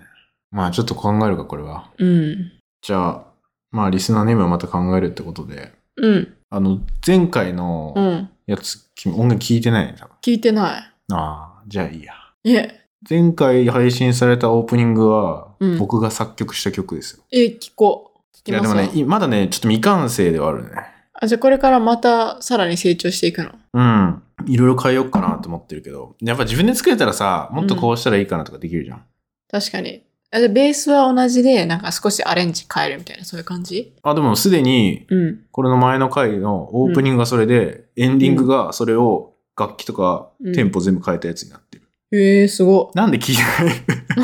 [SPEAKER 1] まあちょっと考えるか、これは。
[SPEAKER 2] うん。
[SPEAKER 1] じゃあ、まあリスナーネームはまた考えるってことで。
[SPEAKER 2] うん。
[SPEAKER 1] あの、前回
[SPEAKER 2] う
[SPEAKER 1] の
[SPEAKER 2] ん。
[SPEAKER 1] やつ、君音楽聞いてないね、多分。
[SPEAKER 2] 聞いてない。
[SPEAKER 1] ああ、じゃあいいや。
[SPEAKER 2] え、
[SPEAKER 1] 前回配信されたオープニングは、
[SPEAKER 2] うん
[SPEAKER 1] 僕が作曲した曲ですよ。
[SPEAKER 2] え、聞こう。聞き
[SPEAKER 1] いや、
[SPEAKER 2] ま
[SPEAKER 1] ですも
[SPEAKER 2] わ
[SPEAKER 1] ね、いまだね、ちょっと未完成ではあるね。
[SPEAKER 2] あ、じゃあこれからまたさらに成長していくの。
[SPEAKER 1] うん。いろいろ変えようかなと思ってるけど、やっぱ自分で作れたらさ、もっとこうしたらいいかなとかできるじゃん。
[SPEAKER 2] 確かに。あじゃあベースは同じで、なんか少しアレンジ変えるみたいな、そういう感じ
[SPEAKER 1] あ、でもすでに、
[SPEAKER 2] うん。
[SPEAKER 1] これの前の回のオープニングがそれで、エンディングがそれを楽器とか
[SPEAKER 2] うん
[SPEAKER 1] テンポ全部変えたやつになってる。
[SPEAKER 2] えー、すごっ。
[SPEAKER 1] なんで聞いてない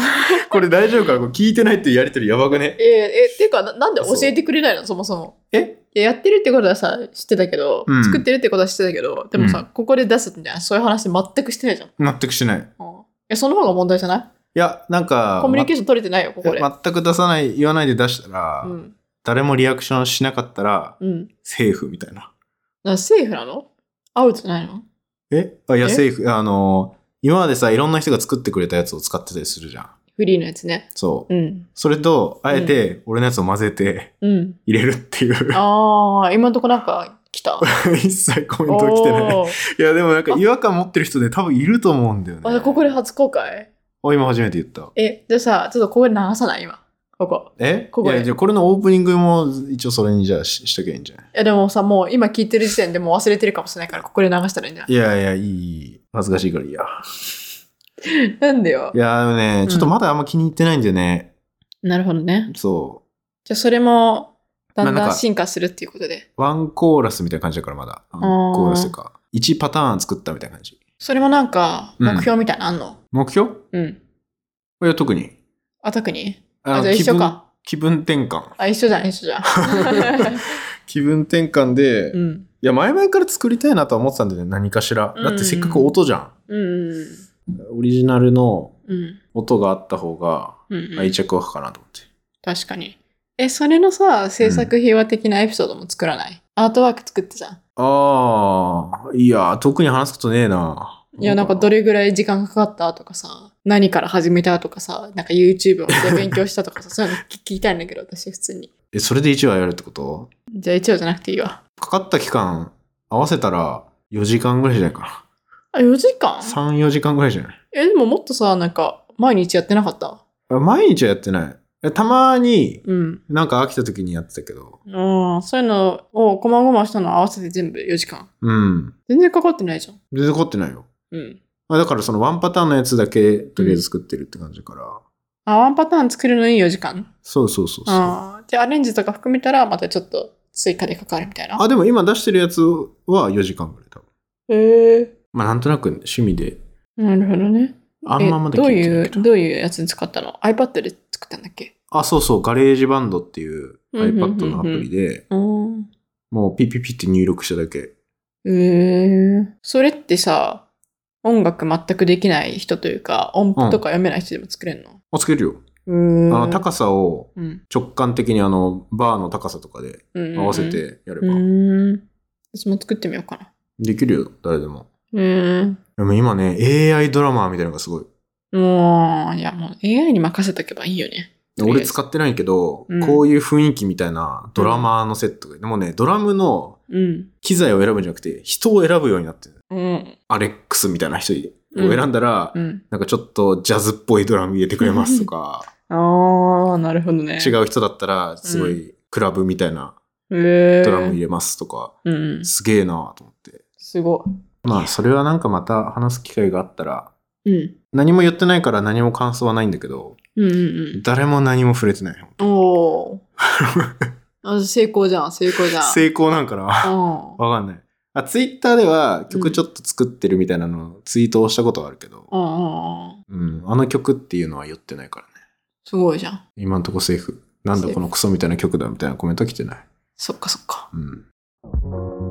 [SPEAKER 1] これ大丈夫かこれ聞いてないっていうやりとりやばくね
[SPEAKER 2] えー、え、ていうかな、なんで教えてくれないのそもそも。
[SPEAKER 1] え
[SPEAKER 2] いややってるってことはさ、知ってたけど、
[SPEAKER 1] うん
[SPEAKER 2] 作ってるってことは知ってたけど、でもさ、
[SPEAKER 1] う
[SPEAKER 2] ここで出すみたいな、そういう話全くしてないじゃん。
[SPEAKER 1] 納得してない。い
[SPEAKER 2] うんえ、その方が問題じゃない
[SPEAKER 1] や、なんか、
[SPEAKER 2] コミュニケーション取れてないよ、ここで。
[SPEAKER 1] ま全く出さない、言わないで出したら、
[SPEAKER 2] うん。
[SPEAKER 1] 誰もリアクションしなかったら、
[SPEAKER 2] うん。だか
[SPEAKER 1] セーフみたいな。
[SPEAKER 2] らセーフなのアウトじゃないの
[SPEAKER 1] えあいや、
[SPEAKER 2] え
[SPEAKER 1] セーフ、あの、今までさ、いろんな人が作ってくれたやつを使ってたりするじゃん。
[SPEAKER 2] フリーのやつね。
[SPEAKER 1] そう。
[SPEAKER 2] うん。
[SPEAKER 1] それと、あえて、俺のやつを混ぜて
[SPEAKER 2] うん。
[SPEAKER 1] 入れるって いう。
[SPEAKER 2] ああ、今んとこなんか来 た。
[SPEAKER 1] 一切コメント来てない。
[SPEAKER 2] おー
[SPEAKER 1] いや、でもなんか違和感持ってる人で多分いると思うんだよね。
[SPEAKER 2] あ、じゃあここで初公開
[SPEAKER 1] あ今初めて言った。
[SPEAKER 2] え、じゃあさ、ちょっとここで流さない今。ここ。
[SPEAKER 1] え
[SPEAKER 2] ここ
[SPEAKER 1] い
[SPEAKER 2] で
[SPEAKER 1] や、じゃあこれのオープニングも一応それにじゃあししとけばいいんじゃない
[SPEAKER 2] いやでもさ、もう今聞いてる時点でもう忘れてるかもしれないから、ここで流したらいいんじゃない
[SPEAKER 1] いやいや、いい。恥ずかしいからいいや。
[SPEAKER 2] いなんでよ
[SPEAKER 1] い。や、でもね、ちょっとまだあんま気に入ってないんだよね。
[SPEAKER 2] なるほどね。
[SPEAKER 1] そ
[SPEAKER 2] じゃあそれも、だん
[SPEAKER 1] まあ
[SPEAKER 2] だ
[SPEAKER 1] なん
[SPEAKER 2] ん
[SPEAKER 1] か
[SPEAKER 2] 進化するっていうことで。
[SPEAKER 1] う。ワンコーラスみたいな感じだからまだ。ワンコーラスというか。1パターン作ったみたいな感じ。
[SPEAKER 2] それもなんか、
[SPEAKER 1] うん
[SPEAKER 2] 目標みたいなのあんの
[SPEAKER 1] 目標
[SPEAKER 2] うん。
[SPEAKER 1] いや、特に。
[SPEAKER 2] あ、特に
[SPEAKER 1] あ
[SPEAKER 2] あ、じゃあ一緒か。
[SPEAKER 1] 気分気分転換。
[SPEAKER 2] あ、一緒じゃん、 一 緒じゃん。
[SPEAKER 1] 気分転換で、
[SPEAKER 2] う
[SPEAKER 1] い
[SPEAKER 2] ん。
[SPEAKER 1] や、前々から作りたいなとは思ってたんだよね、何かしら。だってせっかく音じゃ
[SPEAKER 2] うん。
[SPEAKER 1] ん。オリジナルの
[SPEAKER 2] うん。
[SPEAKER 1] 音があった方が
[SPEAKER 2] うん。
[SPEAKER 1] 愛着湧くかなと思って。
[SPEAKER 2] 確かに。え、それのさ、制作秘話的なエピソードも作らない、アートワーク作ってじゃん。
[SPEAKER 1] ああ、いや、特に話すことねえな。
[SPEAKER 2] いや、なんかど
[SPEAKER 1] れ
[SPEAKER 2] れぐらい時間かかったとかさ、何から始めたとかさ、なんか YouTube を見て勉強したとかさ、そう いうの聞きたいんだけど、私普通に。
[SPEAKER 1] え、それで1話やるってこと
[SPEAKER 2] じゃあ一応じゃなくていいわ。
[SPEAKER 1] かかった期間合わせたら4時間ぐらいじゃないか
[SPEAKER 2] あ、4時間
[SPEAKER 1] な。3、4時間ぐらいじゃない
[SPEAKER 2] え、でももっとさ、なんか、毎日やってなかった
[SPEAKER 1] あ毎日はやってないえ。たまに
[SPEAKER 2] うん。
[SPEAKER 1] なんか飽きた時にやってたけど。
[SPEAKER 2] ああ、そういうのを、こまごましたの合わせて全部4時間。
[SPEAKER 1] うん。
[SPEAKER 2] 全然かかってないじゃん。
[SPEAKER 1] 全然凝ってないよ。
[SPEAKER 2] うん。
[SPEAKER 1] まあ、だからそのワンパターンのやつだけとりあえず作ってるって感じだから。
[SPEAKER 2] あ、ワンパターン作るのに4時間。
[SPEAKER 1] そうそうそうそう。あ
[SPEAKER 2] ああ。で、アレンジとか含めたら、またちょっと追加でかかるみたいな。
[SPEAKER 1] でも今出してるやつは4時間ぐらい多分。
[SPEAKER 2] へえ。
[SPEAKER 1] まあなんとなく趣味で
[SPEAKER 2] なるほどね。
[SPEAKER 1] あんままだ
[SPEAKER 2] えどう
[SPEAKER 1] 聞いて
[SPEAKER 2] い、
[SPEAKER 1] ないうけど
[SPEAKER 2] どういうやつに使ったの ?iPad で作ったんだっけ
[SPEAKER 1] あ、そうそう、ガレージバンドっていう
[SPEAKER 2] うんうんうんうん
[SPEAKER 1] iPad のアプリで、
[SPEAKER 2] うん。
[SPEAKER 1] もうピッピッピって入力しただけ。
[SPEAKER 2] えー、それってさ、音楽全くできない人というか、音符とか読めない人でも作れるの、
[SPEAKER 1] あ、つけるよ。
[SPEAKER 2] うーん、
[SPEAKER 1] あの高さを
[SPEAKER 2] うん、
[SPEAKER 1] 直感的にあの、バーの高さとかで
[SPEAKER 2] うんうんうん
[SPEAKER 1] 合わせてやれ
[SPEAKER 2] う
[SPEAKER 1] ば、
[SPEAKER 2] ーん。私も作ってみようかな。
[SPEAKER 1] できるよ、誰でも。
[SPEAKER 2] うーん。
[SPEAKER 1] でも今ね、AI ドラマーみたいなのがすごい。
[SPEAKER 2] もう、いやもう AI に任せとけばいいよね。とりあえず
[SPEAKER 1] 俺使ってないけど、
[SPEAKER 2] うん
[SPEAKER 1] こういう雰囲気みたいなドラマーのセットが、でもね、ドラムの
[SPEAKER 2] うん。
[SPEAKER 1] 機材を選ぶんじゃなくて、人を選ぶようになってる。
[SPEAKER 2] うん。
[SPEAKER 1] アレックスみたいな人
[SPEAKER 2] う
[SPEAKER 1] を
[SPEAKER 2] ん
[SPEAKER 1] 選んだら、
[SPEAKER 2] うん。
[SPEAKER 1] なんかちょっとジャズっぽいドラム入れてくれますとか、
[SPEAKER 2] ああ、なるほどね。
[SPEAKER 1] 違。う人だったら、すごいクラブみたいな
[SPEAKER 2] えー、
[SPEAKER 1] ドラム入れますとか、
[SPEAKER 2] うん。
[SPEAKER 1] すげえなと思って。
[SPEAKER 2] すご
[SPEAKER 1] まあ、それはなんかまた話す機会があったら、
[SPEAKER 2] い。うん。
[SPEAKER 1] 何も言ってないから何も感想はないんだけど、
[SPEAKER 2] うんうん
[SPEAKER 1] 誰も何も触れてない。
[SPEAKER 2] うん。おー あ。成功じゃん、成功じゃん。
[SPEAKER 1] 成功なんかな
[SPEAKER 2] 功。
[SPEAKER 1] わかんない。あ、ツイッターでは曲ちょっと作ってるみたいなのをツイートをしたことはあるけど、
[SPEAKER 2] うんうんうん。
[SPEAKER 1] うん、あの曲っていうのは言ってないからね。
[SPEAKER 2] すごいじゃん。
[SPEAKER 1] 今んとこセーフ。なんだ
[SPEAKER 2] セーフ
[SPEAKER 1] このクソみたいな曲だみたいなコメントは来てない。
[SPEAKER 2] そっかそっか。
[SPEAKER 1] うん。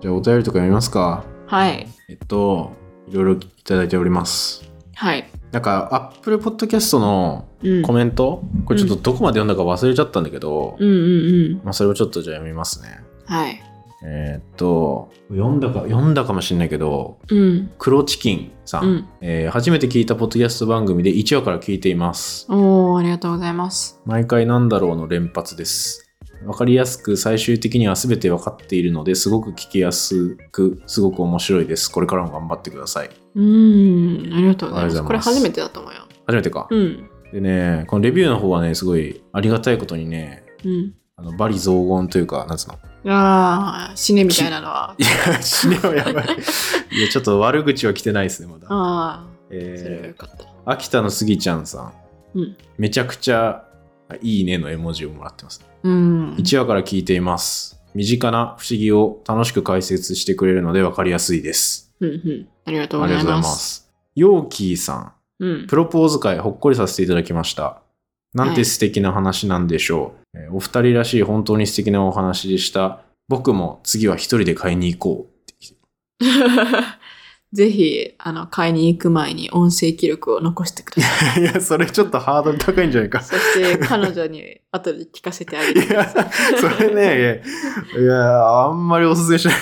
[SPEAKER 1] じゃあお便りとか読みますか。
[SPEAKER 2] はい。
[SPEAKER 1] えっと、いろいろいただいております。
[SPEAKER 2] はい。
[SPEAKER 1] なんか、Apple Podcast の
[SPEAKER 2] うん。
[SPEAKER 1] コメント、これちょっとどこまで読んだか忘れちゃったんだけど、
[SPEAKER 2] うんうんうん。
[SPEAKER 1] まあそれをちょっとじゃあ読みますね。
[SPEAKER 2] はい。
[SPEAKER 1] えーっと読んだか読んだかもしれないけど
[SPEAKER 2] うん。
[SPEAKER 1] 黒チキンさん、
[SPEAKER 2] うん。
[SPEAKER 1] えー初めて聞いたポッドキャスト番組で1話から聞いています
[SPEAKER 2] おー、ありがとうございます。
[SPEAKER 1] 毎回なんだろうの連発ですわかりやすく最終的には全て分かっているのですごく聞きやすくすごく面白いですこれからも頑張ってくださいう
[SPEAKER 2] ーん。ありがとうございます。
[SPEAKER 1] ありがとうござい
[SPEAKER 2] これ
[SPEAKER 1] ます
[SPEAKER 2] 初めてだと思うよ。
[SPEAKER 1] 初めてか、
[SPEAKER 2] うん。
[SPEAKER 1] でねこのレビューの方はねすごいありがたいことにね
[SPEAKER 2] うん。
[SPEAKER 1] あのバリ雑言というかなんつうの
[SPEAKER 2] ああ、死ねみたいなのは。
[SPEAKER 1] いや死ねはやばい いやちょっと悪口は来てないですねまだ、
[SPEAKER 2] ああ、それは
[SPEAKER 1] え
[SPEAKER 2] よかった。
[SPEAKER 1] ー、秋田のスギちゃんさん
[SPEAKER 2] うん。
[SPEAKER 1] めちゃくちゃいいねの絵文字をもらってます。
[SPEAKER 2] うん。
[SPEAKER 1] 1話から聞いています。身近な不思議を楽しく解説してくれるので分かりやすいです。
[SPEAKER 2] うんうん。ありがと
[SPEAKER 1] あ
[SPEAKER 2] う
[SPEAKER 1] りがとうご
[SPEAKER 2] ござい
[SPEAKER 1] ざい
[SPEAKER 2] ま。
[SPEAKER 1] ますす。ヨーキーさん、
[SPEAKER 2] うん
[SPEAKER 1] プ。ロポーズ会ほっこりさせていただきました。なんて素敵な話なんでしょう。えーお二人らしい本当に素敵なお話でした。僕も次は一人で買いに行こうって来て。
[SPEAKER 2] ぜひ、あの、買いに行く前に音声記録を残してくださ い。
[SPEAKER 1] いや、それちょっとハードル高いんじゃ ないか。
[SPEAKER 2] そして、彼女に後で聞かせてあげてください。
[SPEAKER 1] それ ね、いや、いやあんまりおすすめしない。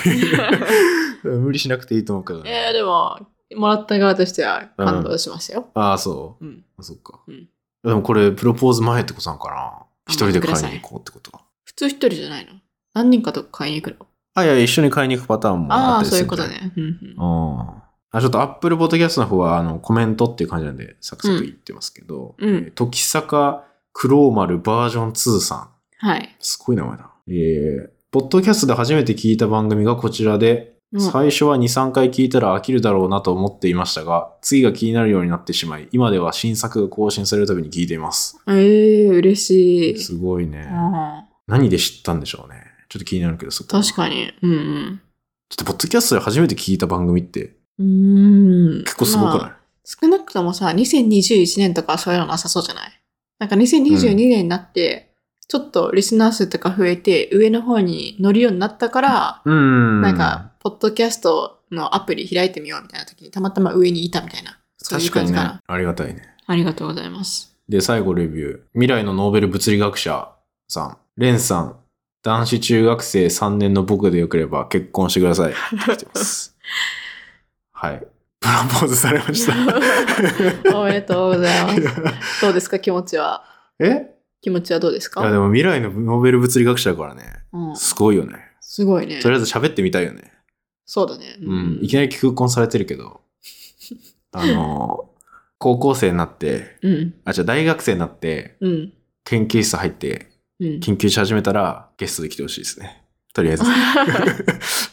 [SPEAKER 1] 無理しなくていいと思うけど、
[SPEAKER 2] い
[SPEAKER 1] ね。
[SPEAKER 2] や、でも、もらった側としては感動しましたよ。
[SPEAKER 1] ああ、そ
[SPEAKER 2] うん。
[SPEAKER 1] う。そっか。
[SPEAKER 2] うん
[SPEAKER 1] でもこれ、プロポーズ前ってことなんかな一人で買いに行こうってことは。
[SPEAKER 2] 普通一人じゃないの何人かと買いに行くの
[SPEAKER 1] あ、いや、一緒に買いに行くパターンも
[SPEAKER 2] あ
[SPEAKER 1] あっ
[SPEAKER 2] あ、
[SPEAKER 1] たり
[SPEAKER 2] そ
[SPEAKER 1] する
[SPEAKER 2] ういうんこ
[SPEAKER 1] じゃ
[SPEAKER 2] と
[SPEAKER 1] ない。
[SPEAKER 2] ね。うんうん
[SPEAKER 1] うん。あちょっと Apple Podcast の方はあのコメントっていう感じなんで、サクサク言ってますけど、
[SPEAKER 2] うん
[SPEAKER 1] えー時坂クローマルバージョン2さん。
[SPEAKER 2] はい。
[SPEAKER 1] すごい名前だ。えー、ポッドキャストで初めて聞いた番組がこちらで、
[SPEAKER 2] うん
[SPEAKER 1] 最初は2、3回聞いたら飽きるだろうなと思っていましたが、次が気になるようになってしまい、今では新作が更新されるたびに聞いています。
[SPEAKER 2] ええ、嬉しい。
[SPEAKER 1] すごいね。
[SPEAKER 2] ああ
[SPEAKER 1] 何で知ったんでしょうね。ちょっと気になるけど、そこは
[SPEAKER 2] 確かに。うんうん。
[SPEAKER 1] ちょっと、ポッドキャストで初めて聞いた番組って
[SPEAKER 2] うーん。
[SPEAKER 1] 結構すごくない、
[SPEAKER 2] まあ少なくともさ、2021年とかそういうのなさそうじゃないなんか2022年になって、ちょっとリスナー数とか増えて、上の方に乗るようになったから、
[SPEAKER 1] うーん。
[SPEAKER 2] なんか、ポッドキャストのアプリ開いてみようみたいな時に、たまたま上にいたみたいな。そういう
[SPEAKER 1] 確か
[SPEAKER 2] 感
[SPEAKER 1] に
[SPEAKER 2] じ
[SPEAKER 1] ね
[SPEAKER 2] かな。。
[SPEAKER 1] ありがたいね。
[SPEAKER 2] ありがとうございます。
[SPEAKER 1] で、最後レビュー。未来のノーベル物理学者さん、レンさん、男子中学生3年の僕でよければ結婚してください。来てます。はい。プロポーズされました。
[SPEAKER 2] おめでとうございます。どうですか気持ちは。
[SPEAKER 1] え
[SPEAKER 2] 気持ちはどうです
[SPEAKER 1] いや
[SPEAKER 2] か
[SPEAKER 1] でも未来のノーベル物理学者だからね、
[SPEAKER 2] うん。
[SPEAKER 1] すごいよね。
[SPEAKER 2] すごいね
[SPEAKER 1] と。りあえず喋ってみたいよね。
[SPEAKER 2] そうだね。
[SPEAKER 1] うん、いきなり結婚されてるけど、あの、高校生になって、
[SPEAKER 2] うん。
[SPEAKER 1] あ、じゃあ大学生になって、
[SPEAKER 2] うん。
[SPEAKER 1] 研究室入って、
[SPEAKER 2] う ん。
[SPEAKER 1] 研究し始めたら、ゲストで来てほしいですね。と りあえず。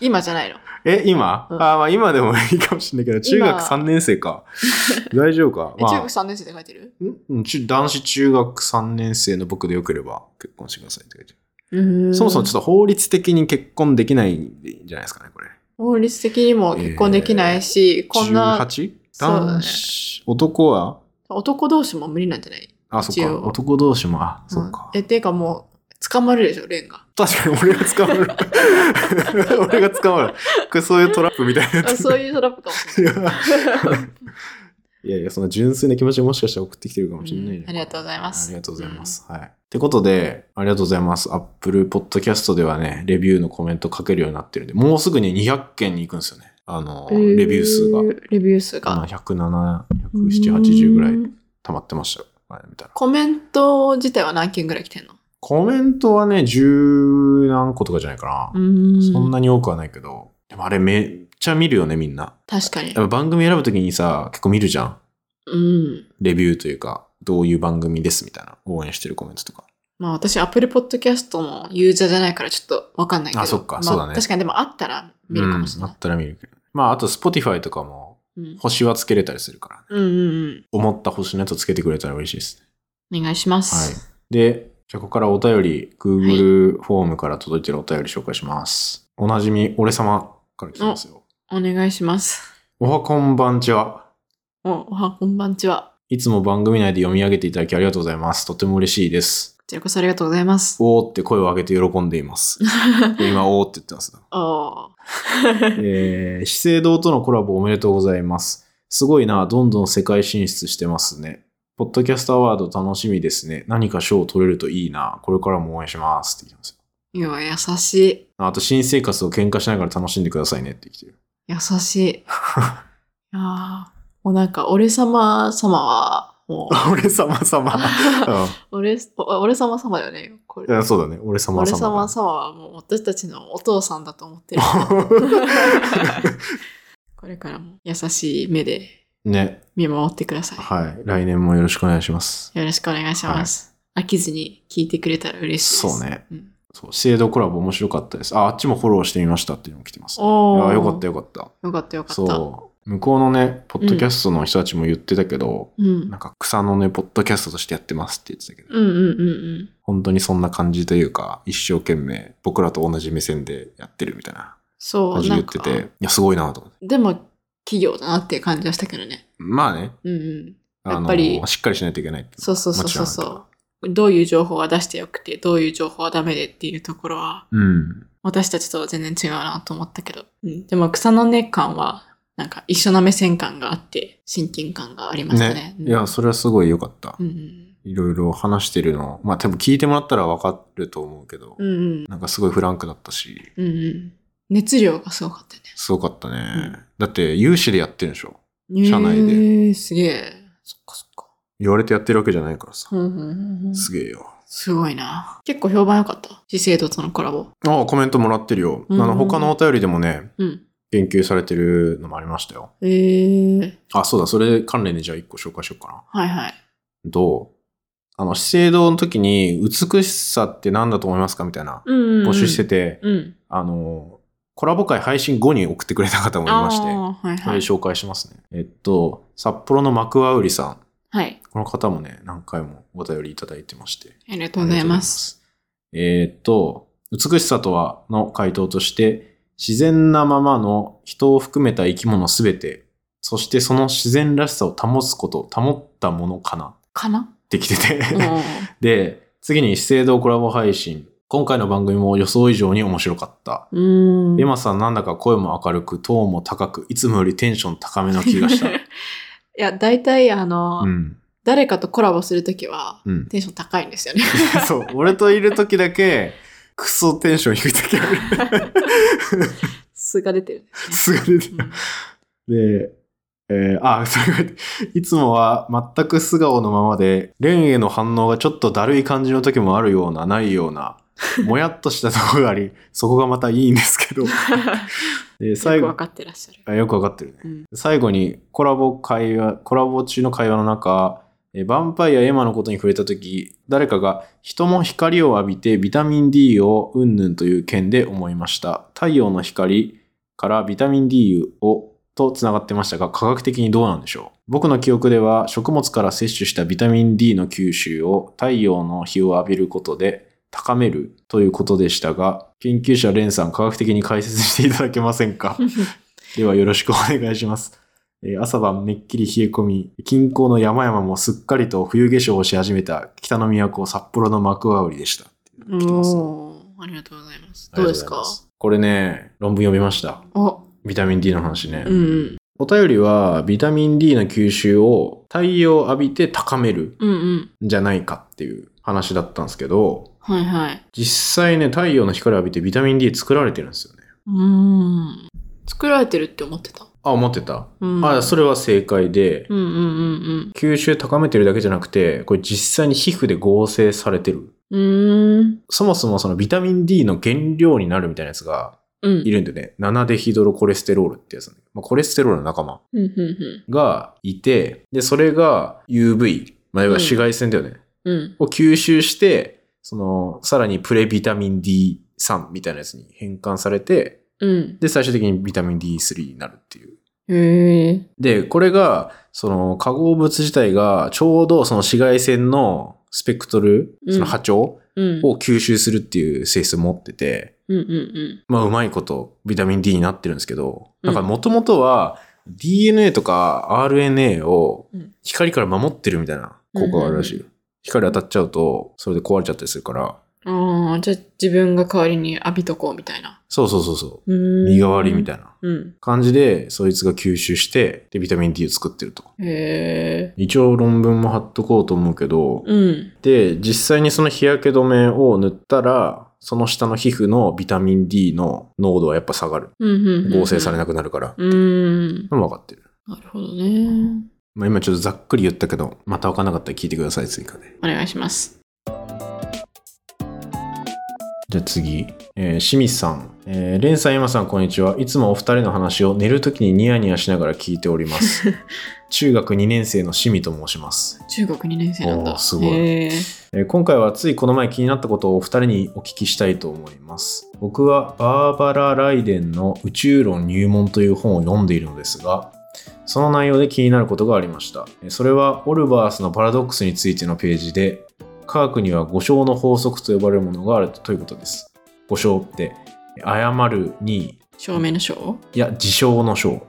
[SPEAKER 2] 今じゃないの。
[SPEAKER 1] え、今、
[SPEAKER 2] うん
[SPEAKER 1] あーまあ今でもいいかもしれないけど、中
[SPEAKER 2] 今
[SPEAKER 1] 学3年生か。大丈夫か。
[SPEAKER 2] え
[SPEAKER 1] ま
[SPEAKER 2] 中
[SPEAKER 1] あ
[SPEAKER 2] 学3年生で書いてる
[SPEAKER 1] んうん中男子中学3年生の僕でよければ結婚してくださいって書いてあるそもそもちょっ
[SPEAKER 2] と。
[SPEAKER 1] と法律的に結婚できないんじゃないですかね、これ。
[SPEAKER 2] 法律的にも結婚できないし、こんな
[SPEAKER 1] 18?
[SPEAKER 2] そうだね
[SPEAKER 1] 男子、男は
[SPEAKER 2] 男同士も無理なんじゃない
[SPEAKER 1] あ、そっ
[SPEAKER 2] 一
[SPEAKER 1] か。
[SPEAKER 2] 応
[SPEAKER 1] 男同士も、あ、そっ
[SPEAKER 2] ん
[SPEAKER 1] か。
[SPEAKER 2] え、ていうかもう、捕まるでしょ、レ ンが。
[SPEAKER 1] 確かに俺が捕まる。 俺が捕まる。これそういうトラップみたいなや
[SPEAKER 2] あ
[SPEAKER 1] つ。
[SPEAKER 2] そういうトラップかもしれない。
[SPEAKER 1] いやいや、その純粋な気持ちをもしかしたら送ってきてるかもしれ ないね、
[SPEAKER 2] うんありがとうございま
[SPEAKER 1] あ
[SPEAKER 2] す。
[SPEAKER 1] りがとうございます。はい。ってことで、ありがとうございます。Apple Podcast ではね、レビューのコメント書けるようになってるんで、もうすぐに200件に行くんですよね。あの、
[SPEAKER 2] うん。
[SPEAKER 1] レビュー数が。
[SPEAKER 2] レビュー数
[SPEAKER 1] あの
[SPEAKER 2] が。
[SPEAKER 1] 107、107、80ぐらい
[SPEAKER 2] うん
[SPEAKER 1] 溜まってましたよ。前見たら。
[SPEAKER 2] コメント自体は何件ぐらい来てんの
[SPEAKER 1] コメントはね、十何個とかじゃないか
[SPEAKER 2] う
[SPEAKER 1] な。
[SPEAKER 2] ーん。
[SPEAKER 1] そんなに多くはないけど。でもあれめっちゃ見るよね、みんな。
[SPEAKER 2] 確かに
[SPEAKER 1] や。っぱ番組選ぶときにさ、結構見るじゃん。
[SPEAKER 2] うん。
[SPEAKER 1] レビューというか、どういう番組ですみたいな。応援してるコメントとか。
[SPEAKER 2] まあ私、Apple Podcast のユーザーじゃないからちょっとわかんないけど。
[SPEAKER 1] あそっか
[SPEAKER 2] ま
[SPEAKER 1] そうだね
[SPEAKER 2] 確かにでもあったら見るかもしれ
[SPEAKER 1] うん、
[SPEAKER 2] な
[SPEAKER 1] あ
[SPEAKER 2] い
[SPEAKER 1] っ。たら見るけど。まあ、あと Spotify とかも、
[SPEAKER 2] うん。
[SPEAKER 1] 星はつけれたりするからね。
[SPEAKER 2] うんうん
[SPEAKER 1] 思った星のやつつけてくれたら嬉しいですね。
[SPEAKER 2] うん。お願いしま
[SPEAKER 1] はい
[SPEAKER 2] す。。
[SPEAKER 1] で、じゃあここからお便り、Google フォームから届いてるお便り紹介します。おなじみ、俺様から来てますよ。
[SPEAKER 2] お願いします。
[SPEAKER 1] おはこんばんちは。
[SPEAKER 2] お、おは、こんばんちは。
[SPEAKER 1] いつも番組内で読み上げていただきありがとうございます。とても嬉しいです。
[SPEAKER 2] こちらこそありがとうございます。
[SPEAKER 1] おーって声を上げて喜んでい ます。今、おーって言ってます。
[SPEAKER 2] お
[SPEAKER 1] えー資生堂とのコラボおめでとうございます。すごいな、どんどん世界進出してますね。ポッドキャストアワード楽しみですね。何か賞を取れるといいな。これからも応援します。って言ってますよ。
[SPEAKER 2] いや、優しい。
[SPEAKER 1] ああと、新生活を喧嘩しながら楽しんでくださいねって来てる。
[SPEAKER 2] 優しい。いやーもうなんか、俺様様は、も
[SPEAKER 1] 俺様 様。
[SPEAKER 2] う、俺、お俺様様だよね。こ
[SPEAKER 1] うんい
[SPEAKER 2] れ
[SPEAKER 1] やそうだね。俺様
[SPEAKER 2] 俺
[SPEAKER 1] 様。
[SPEAKER 2] 様様はもう私たちのお父さんだと思 ってる。これからも優しい目で
[SPEAKER 1] ね。
[SPEAKER 2] 見守ってください。
[SPEAKER 1] はい。来年もよろしくお願いします。
[SPEAKER 2] よろしくお願いします。飽きずに聞いてくれたら嬉しいです。
[SPEAKER 1] そうね。
[SPEAKER 2] うん、
[SPEAKER 1] そう、資生堂コラボ面白かったです。あ、あっちもフォローしてみましたっていうのも来てます。い
[SPEAKER 2] おー
[SPEAKER 1] や、よかったよかった。
[SPEAKER 2] よかったよかった。
[SPEAKER 1] そう。向こうのね、ポッドキャストの人たちも言ってたけど、
[SPEAKER 2] う。ん。
[SPEAKER 1] なんか草のね、ポッドキャストとしてやってますって言ってたけど、
[SPEAKER 2] うんうんうんうん。
[SPEAKER 1] 本当にそんな感じというか、一生懸命僕らと同じ目線でやってるみたいな
[SPEAKER 2] そ
[SPEAKER 1] 感
[SPEAKER 2] う、
[SPEAKER 1] じで
[SPEAKER 2] な
[SPEAKER 1] 言
[SPEAKER 2] ん
[SPEAKER 1] って
[SPEAKER 2] か。
[SPEAKER 1] て、いや、すごいなと思って。
[SPEAKER 2] でも、企業だなっていう感じはしたけどね。
[SPEAKER 1] まあね、
[SPEAKER 2] うんうん。
[SPEAKER 1] あの
[SPEAKER 2] やっぱり
[SPEAKER 1] しっかりしないといけないってい
[SPEAKER 2] そうそうそうそう
[SPEAKER 1] もちろんある
[SPEAKER 2] そう。どういう情報は出してよくて、どういう情報はダメでっていうところは、
[SPEAKER 1] う。うん。
[SPEAKER 2] 私たちとは全然違うなと思ったけど。うん、でも、草の根感は、なんか一緒な目線感があって、親近感がありましたね
[SPEAKER 1] ね。。いや、それはすごい良かった
[SPEAKER 2] う。ん
[SPEAKER 1] いろいろ話してるの、まあ多分聞いてもらったらわかると思うけど、
[SPEAKER 2] うん。うんうん。
[SPEAKER 1] なんかすごいフランクだったし、
[SPEAKER 2] うんうん。熱量がすごかったよね。
[SPEAKER 1] すごかったね。
[SPEAKER 2] うん
[SPEAKER 1] だって、有志でやってるんでしょ社内で
[SPEAKER 2] で。すげえ。そっかそっか。
[SPEAKER 1] 言われてやってるわけじゃないからさ。
[SPEAKER 2] うんうんうんうん
[SPEAKER 1] すげえよ。
[SPEAKER 2] すごいな。結構評判良かった。資生堂とのコラボ。
[SPEAKER 1] ああ、コメントもらってるよ。
[SPEAKER 2] うん
[SPEAKER 1] あの、他のお便りでもね、
[SPEAKER 2] うん。
[SPEAKER 1] 言及されてるのもありましたよ。
[SPEAKER 2] えー、
[SPEAKER 1] あ、そうだ、それ関連でじゃあ一個紹介しようかな。
[SPEAKER 2] はいはい。
[SPEAKER 1] どうあの、資生堂の時に、美しさって何だと思いますかみたいな、
[SPEAKER 2] うんうんうん
[SPEAKER 1] 募集してて、
[SPEAKER 2] うん。
[SPEAKER 1] あの、コラボ会配信後に送ってくれた方もいまして、
[SPEAKER 2] あーはい
[SPEAKER 1] こ
[SPEAKER 2] は
[SPEAKER 1] れ
[SPEAKER 2] い。
[SPEAKER 1] 紹介しますね。えっと、札幌のマクワウリさん。
[SPEAKER 2] はい。
[SPEAKER 1] この方もね、何回もお便りいただいてまして。
[SPEAKER 2] あり
[SPEAKER 1] あ
[SPEAKER 2] が
[SPEAKER 1] りがと
[SPEAKER 2] とうございます。
[SPEAKER 1] うございます。えーっと、美しさとはの回答として、自然なままの人を含めた生き物すべて、そしてその自然らしさを保つこと、保ったものかなっ
[SPEAKER 2] かな
[SPEAKER 1] てきてて、
[SPEAKER 2] うん。あ。
[SPEAKER 1] で、次に資生堂コラボ配信。今回の番組も予想以上に面白かった。エマさんなんだか声も明るく、トーンも高く、いつもよりテンション高めの気がした
[SPEAKER 2] いや、大体、あの、
[SPEAKER 1] うん。
[SPEAKER 2] 誰かとコラボするときは、
[SPEAKER 1] うん。
[SPEAKER 2] テンション高いんですよね。
[SPEAKER 1] そう、俺といる時だけ、クソテンション低い時ある。
[SPEAKER 2] 素が出てるんです
[SPEAKER 1] が出て
[SPEAKER 2] すね。
[SPEAKER 1] で、えーあ、 それが、いつもは全く素顔のままで、蓮への反応がちょっとだるい感じの時もあるような、ないような、もやっとしたところがあり、そこがまたいいんですけど。で、
[SPEAKER 2] う ん、
[SPEAKER 1] 最
[SPEAKER 2] よくわ
[SPEAKER 1] 後、
[SPEAKER 2] かってらっしゃる。
[SPEAKER 1] あよくわかってるね。
[SPEAKER 2] うん。
[SPEAKER 1] 最後に、コラボ会話、コラボ中の会話の中、えーヴァンパイアエマのことに触れた時、誰かが、人も光を浴びてビタミン D をうんぬんという件で思いました。太陽の光からビタミン D をとつながってましたが、科学的にどうなんでしょう僕の記憶では、食物から摂取したビタミン D の吸収を太陽の日を浴びることで高めるということでしたが、研究者レンさん、科学的に解説していただけませんかではよろしくお願いします。えー朝晩めっきり冷え込み、近郊の山々もすっかりと冬化粧をし始めた北の都札幌の幕羽織でした。
[SPEAKER 2] お
[SPEAKER 1] きます
[SPEAKER 2] ーありがとうございます。どう
[SPEAKER 1] ありがとご
[SPEAKER 2] です
[SPEAKER 1] ざい
[SPEAKER 2] か
[SPEAKER 1] ますこれね、論文読みました。
[SPEAKER 2] お、
[SPEAKER 1] ビタミン D の話ね。
[SPEAKER 2] うん
[SPEAKER 1] お便りは、ビタミン D の吸収を太陽を浴びて高める
[SPEAKER 2] うん。うんうん。
[SPEAKER 1] んじゃないかっていう話だったんですけど、
[SPEAKER 2] はいはい。
[SPEAKER 1] 実際ね、太陽の光を浴びてビタミン D 作られてるんですよね。
[SPEAKER 2] うーん。作られてるって思ってた。
[SPEAKER 1] あ、思ってた。
[SPEAKER 2] うん。
[SPEAKER 1] あ、それは正解で、
[SPEAKER 2] うんうんうん
[SPEAKER 1] 吸収高めてるだけじゃなくて、これ実際に皮膚で合成されてる。
[SPEAKER 2] うん。うーん。
[SPEAKER 1] そもそもそのビタミン D の原料になるみたいなやつが
[SPEAKER 2] うん。
[SPEAKER 1] いるんでね、7デヒドロコレステロールってやつなんだけど、まあ、コレステロールの仲間
[SPEAKER 2] うんうん
[SPEAKER 1] がいて、で、それが UV、まあ、要は紫外線だよね、
[SPEAKER 2] うん。うん。
[SPEAKER 1] を吸収して、その、さらにプレビタミン D3 みたいなやつに変換されて、
[SPEAKER 2] うん。
[SPEAKER 1] で、最終的にビタミン D3 になるっていう。
[SPEAKER 2] へえ。
[SPEAKER 1] で、これが、その化合物自体がちょうどその紫外線のスペクトル、
[SPEAKER 2] うん
[SPEAKER 1] その波長
[SPEAKER 2] うん。
[SPEAKER 1] を吸収するっていう性質を持ってて、
[SPEAKER 2] うんうん
[SPEAKER 1] まあうまいことビタミン D になってるんですけど、
[SPEAKER 2] う
[SPEAKER 1] なんんかもともとは DNA とか RNA を光から守ってるみたいな効果があるらしい。光当たっちゃうと、それで壊れちゃったりするから、
[SPEAKER 2] うん。ああ、じゃあ自分が代わりに浴びとこうみたいな。
[SPEAKER 1] そうそうそうそうう、
[SPEAKER 2] ーん。
[SPEAKER 1] 身代わりみた
[SPEAKER 2] い
[SPEAKER 1] いな
[SPEAKER 2] な。うん。
[SPEAKER 1] 感じで、そいつが吸収して、で、ビタミン D を作ってると。
[SPEAKER 2] へえ。
[SPEAKER 1] 一応論文も貼っとこうと思うけど、
[SPEAKER 2] うん。
[SPEAKER 1] で、実際にその日焼け止めを塗ったら、その下の皮膚のビタミン D の濃度はやっぱ下がる。
[SPEAKER 2] うんうんうんうん。
[SPEAKER 1] 合成されなくなるから。
[SPEAKER 2] うーん。
[SPEAKER 1] 分かってる。
[SPEAKER 2] なるほどね。
[SPEAKER 1] まあ、今ちょっとざっくり言ったけど、また分かんなかったら聞いてください、追加で。
[SPEAKER 2] お願いします。
[SPEAKER 1] じゃあ次、えー、清水さん。えー、レンさん、山さん、こんにちは。いつもお二人の話を寝るときにニヤニヤしながら聞いており ます。中学2年生の清水と申します。
[SPEAKER 2] 中学2年生なん
[SPEAKER 1] おー
[SPEAKER 2] だ。
[SPEAKER 1] すごい
[SPEAKER 2] へえ。
[SPEAKER 1] えー今回はついこの前気になったことをお二人にお聞きしたいと思います僕はバーバラ・ライデンの「宇宙論入門」という本を読んでいるのですがその内容で気になることがありましたえーそれはオルバースのパラドックスについてのページで科学には五章の法則と呼ばれるものがあるということです五章ってえー誤るに
[SPEAKER 2] 証明の証
[SPEAKER 1] いや自称の章、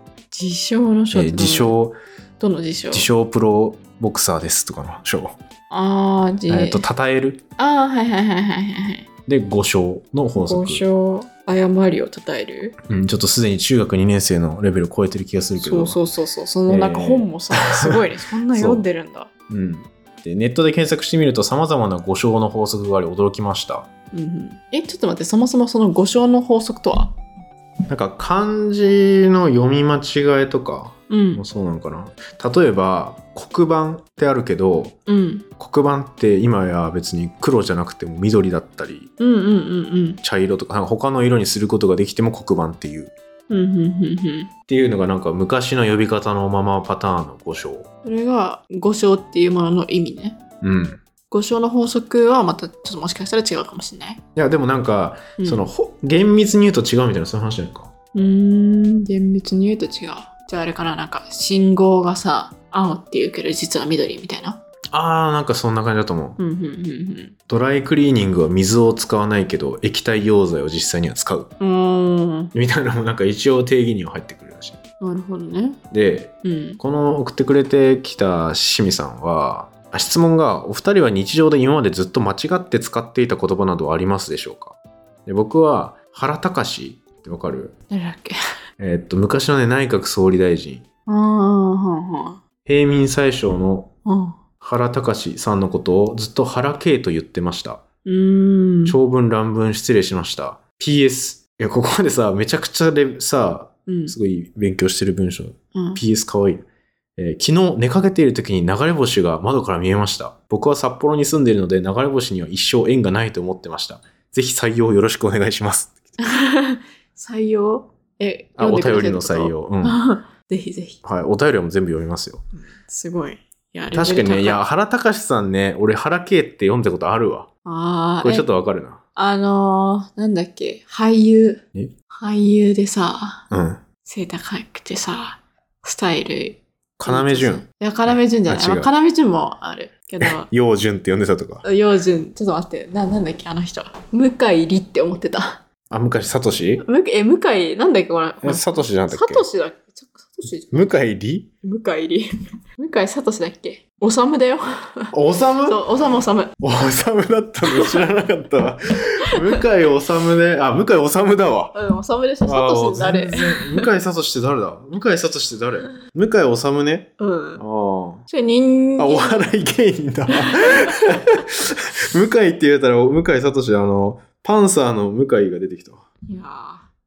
[SPEAKER 2] 自称の
[SPEAKER 1] え
[SPEAKER 2] 証
[SPEAKER 1] ー自称
[SPEAKER 2] どの自称
[SPEAKER 1] 自称プロボクサーですとかの章
[SPEAKER 2] ああ、自
[SPEAKER 1] えーと称える
[SPEAKER 2] ああ、はいはいはいはいはい。
[SPEAKER 1] で五章の法則
[SPEAKER 2] 交渉、誤りを称える。
[SPEAKER 1] うん、ちょっとすでに中学2年生のレベルを超えてる気がするけ
[SPEAKER 2] そ
[SPEAKER 1] ど
[SPEAKER 2] うそうそうそう。そのなんか本 もさ、すごいね。そんな
[SPEAKER 1] そう
[SPEAKER 2] 読んでるんだ。
[SPEAKER 1] うん、でネットで検索してみるとさまざまな五章の法則があり驚きました
[SPEAKER 2] うんうん、え、ちょっと待って、そもそもその五章の法則とは
[SPEAKER 1] なんか漢字の読み間違えとか
[SPEAKER 2] うん
[SPEAKER 1] も。そうなのかな例えば黒板ってあるけど
[SPEAKER 2] うん。
[SPEAKER 1] 黒板って今や別に黒じゃなくても緑だったり
[SPEAKER 2] うんうんうん
[SPEAKER 1] 茶色とかなんか他の色にすることができても黒板っていう
[SPEAKER 2] うん。うんうんうんうん。
[SPEAKER 1] っていうのがなんか昔の呼び方のままパターンの五章
[SPEAKER 2] それが五章っていうものの意味ね。
[SPEAKER 1] うん
[SPEAKER 2] 五章の法則はまたちょっともしかしたら違うかもしれない。
[SPEAKER 1] いやでもなんか、
[SPEAKER 2] うん
[SPEAKER 1] そのほ厳密に言うと違うみたいなそういう話じゃないか
[SPEAKER 2] うーん、厳密に言うと違う。じゃああれかな、なんか信号がさ、青って言うけど実は緑みたいな。
[SPEAKER 1] あーなんかそんな感じだと思う、
[SPEAKER 2] うんうんうん
[SPEAKER 1] ドライクリーニングは水を使わないけど液体溶剤を実際には使う
[SPEAKER 2] うん。う
[SPEAKER 1] みたいなのもなんか一応定義には入ってくるらしい
[SPEAKER 2] ーん、なるほどね。
[SPEAKER 1] で
[SPEAKER 2] うん。
[SPEAKER 1] この送ってくれてきた清水さんはあ質問がお二人は日常で今までずっと間違って使っていた言葉などはありますでしょうかで僕は原隆ってわかる
[SPEAKER 2] 誰だっけ
[SPEAKER 1] えーっと昔のね内閣総理大臣
[SPEAKER 2] ああ、は
[SPEAKER 1] 平民最小の
[SPEAKER 2] あ、はあ。
[SPEAKER 1] 原隆さんのことをずっと原慶と言ってました。
[SPEAKER 2] うーん。
[SPEAKER 1] 長文乱文失礼しました。PS。いや、ここまでさ、めちゃくちゃでさ、
[SPEAKER 2] うん。
[SPEAKER 1] すごい勉強してる文章。
[SPEAKER 2] うん
[SPEAKER 1] PS かわいい。えー昨日寝かけている時に流れ星が窓から見えました。僕は札幌に住んでいるので流れ星には一生縁がないと思ってました。ぜひ採用よろしくお願いします。
[SPEAKER 2] 採用え、
[SPEAKER 1] あ、
[SPEAKER 2] 読ん
[SPEAKER 1] お
[SPEAKER 2] でく
[SPEAKER 1] 便
[SPEAKER 2] れ
[SPEAKER 1] り
[SPEAKER 2] てる
[SPEAKER 1] の
[SPEAKER 2] こと
[SPEAKER 1] 採。用。うん。は
[SPEAKER 2] あ ぜひぜひ。
[SPEAKER 1] い、お便りはもう全部読みますよ。
[SPEAKER 2] すごい。いや
[SPEAKER 1] 確かにね、い。
[SPEAKER 2] レベル高
[SPEAKER 1] や、原隆さんね、俺原慶って読んだことあるわ。
[SPEAKER 2] ああ、
[SPEAKER 1] これちょっ
[SPEAKER 2] え
[SPEAKER 1] とわかるな。
[SPEAKER 2] あのー、なんだっけ、俳優
[SPEAKER 1] え。
[SPEAKER 2] 俳優でさ、
[SPEAKER 1] うん。
[SPEAKER 2] 背高くてさ、スタイル。
[SPEAKER 1] 要潤。
[SPEAKER 2] いや、要潤じゃない。
[SPEAKER 1] あ違う
[SPEAKER 2] まあ要潤もあるけど、
[SPEAKER 1] 陽順って呼んでたとか。
[SPEAKER 2] 陽潤、ちょっと待って、な、なんだっけ、あの人。向井理って思ってた。
[SPEAKER 1] あ、昔、サトシ
[SPEAKER 2] むえ、向井、なんだっけ、これ。
[SPEAKER 1] えサトシなんだっ
[SPEAKER 2] サ
[SPEAKER 1] け
[SPEAKER 2] トシだっけサトシじゃん。
[SPEAKER 1] 向井理
[SPEAKER 2] 向井り。 向井サトシだっけおさむだよ。
[SPEAKER 1] おさむ
[SPEAKER 2] そう、おさむおさむ。
[SPEAKER 1] おさむだったの知らなかった わ。向井おさむね。あ、向井おさむだわ。
[SPEAKER 2] うん、おさむでしょ。サ
[SPEAKER 1] あ
[SPEAKER 2] トシ誰
[SPEAKER 1] 全然向井さとしって誰だ向井さとしって誰向井おさむね。
[SPEAKER 2] うん
[SPEAKER 1] あ。あ。
[SPEAKER 2] それ人
[SPEAKER 1] あ、お
[SPEAKER 2] 間。
[SPEAKER 1] 笑い芸人 だ。向井って言えたら、向井聡であの、パンサーの向井が出てきたわ。
[SPEAKER 2] いやー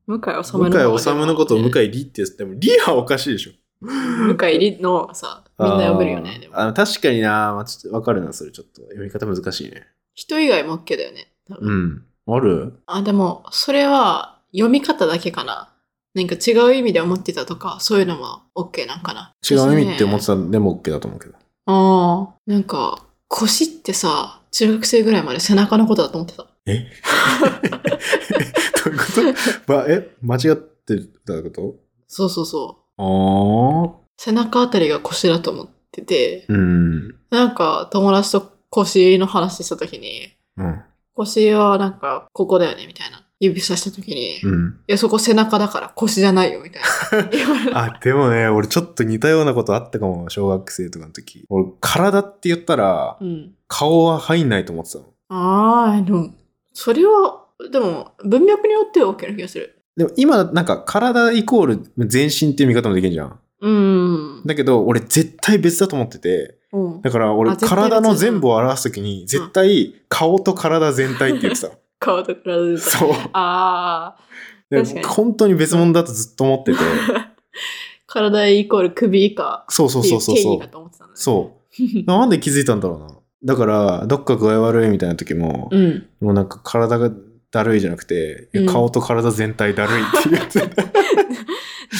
[SPEAKER 2] 向井治
[SPEAKER 1] 向
[SPEAKER 2] の。
[SPEAKER 1] 井治のことを向井理って言っても、理はおかしいでしょ。
[SPEAKER 2] 向井りの方がさ、みんな呼べるよ
[SPEAKER 1] あ
[SPEAKER 2] ね。
[SPEAKER 1] ー
[SPEAKER 2] でも
[SPEAKER 1] あの確かにな、まあ、ちょっとわかるな、それちょっと。読み方難しいね。
[SPEAKER 2] 人以外も OK だよね。多分
[SPEAKER 1] うん。ある
[SPEAKER 2] あ、でも、それは読み方だけかな。なんか違う意味で思ってたとか、そういうのも OK なんかな。
[SPEAKER 1] 違う意味って思って
[SPEAKER 2] た。
[SPEAKER 1] たんでも OK だと思うけど。
[SPEAKER 2] ああ、なんか、腰ってさ、中学生ぐらいまで背中のことだと思ってた。
[SPEAKER 1] どういうこと、 ま、え、間違ってたこと
[SPEAKER 2] そうそうそう。
[SPEAKER 1] ああ。
[SPEAKER 2] 背中あたりが腰だと思ってて、
[SPEAKER 1] うん。
[SPEAKER 2] なんか友達と腰の話した時に、
[SPEAKER 1] うん。
[SPEAKER 2] 腰はなんかここだよねみたいな。指さした時に、
[SPEAKER 1] う
[SPEAKER 2] い
[SPEAKER 1] ん。
[SPEAKER 2] やそこ背中だから腰じゃないよみたいな。言われて
[SPEAKER 1] あ、でもね、俺ちょっと似たようなことあったかも、小学生とかの時。俺、体って言ったら
[SPEAKER 2] う、ん。
[SPEAKER 1] 顔は入んないと思ってたの。
[SPEAKER 2] ああ、でも、それは、でも文脈によっては OK な気がする。
[SPEAKER 1] でも今、なんか体イコール全身っていう見方もできるじゃん。
[SPEAKER 2] うん。
[SPEAKER 1] だけど、俺絶対別だと思ってて、
[SPEAKER 2] うん
[SPEAKER 1] だから俺
[SPEAKER 2] あ絶対別
[SPEAKER 1] 体の全部を表すときに、絶対顔と体全体って言ってたの。
[SPEAKER 2] 顔と比べると。
[SPEAKER 1] そう。
[SPEAKER 2] ああ、
[SPEAKER 1] で
[SPEAKER 2] 確かに
[SPEAKER 1] 本当に別物だとずっと思ってて。
[SPEAKER 2] 体イコール首以下
[SPEAKER 1] そうそ
[SPEAKER 2] っ
[SPEAKER 1] う
[SPEAKER 2] てい
[SPEAKER 1] そううそう
[SPEAKER 2] 定
[SPEAKER 1] そ
[SPEAKER 2] 義だ
[SPEAKER 1] う。
[SPEAKER 2] と思ってたんだね。
[SPEAKER 1] そう。なんで気づいたんだろうな。だから、どっか具合悪いみたいな時も、
[SPEAKER 2] うん。
[SPEAKER 1] もうなんか体がだるいじゃなくて、いや
[SPEAKER 2] うん
[SPEAKER 1] 顔と体全体だるいって言って た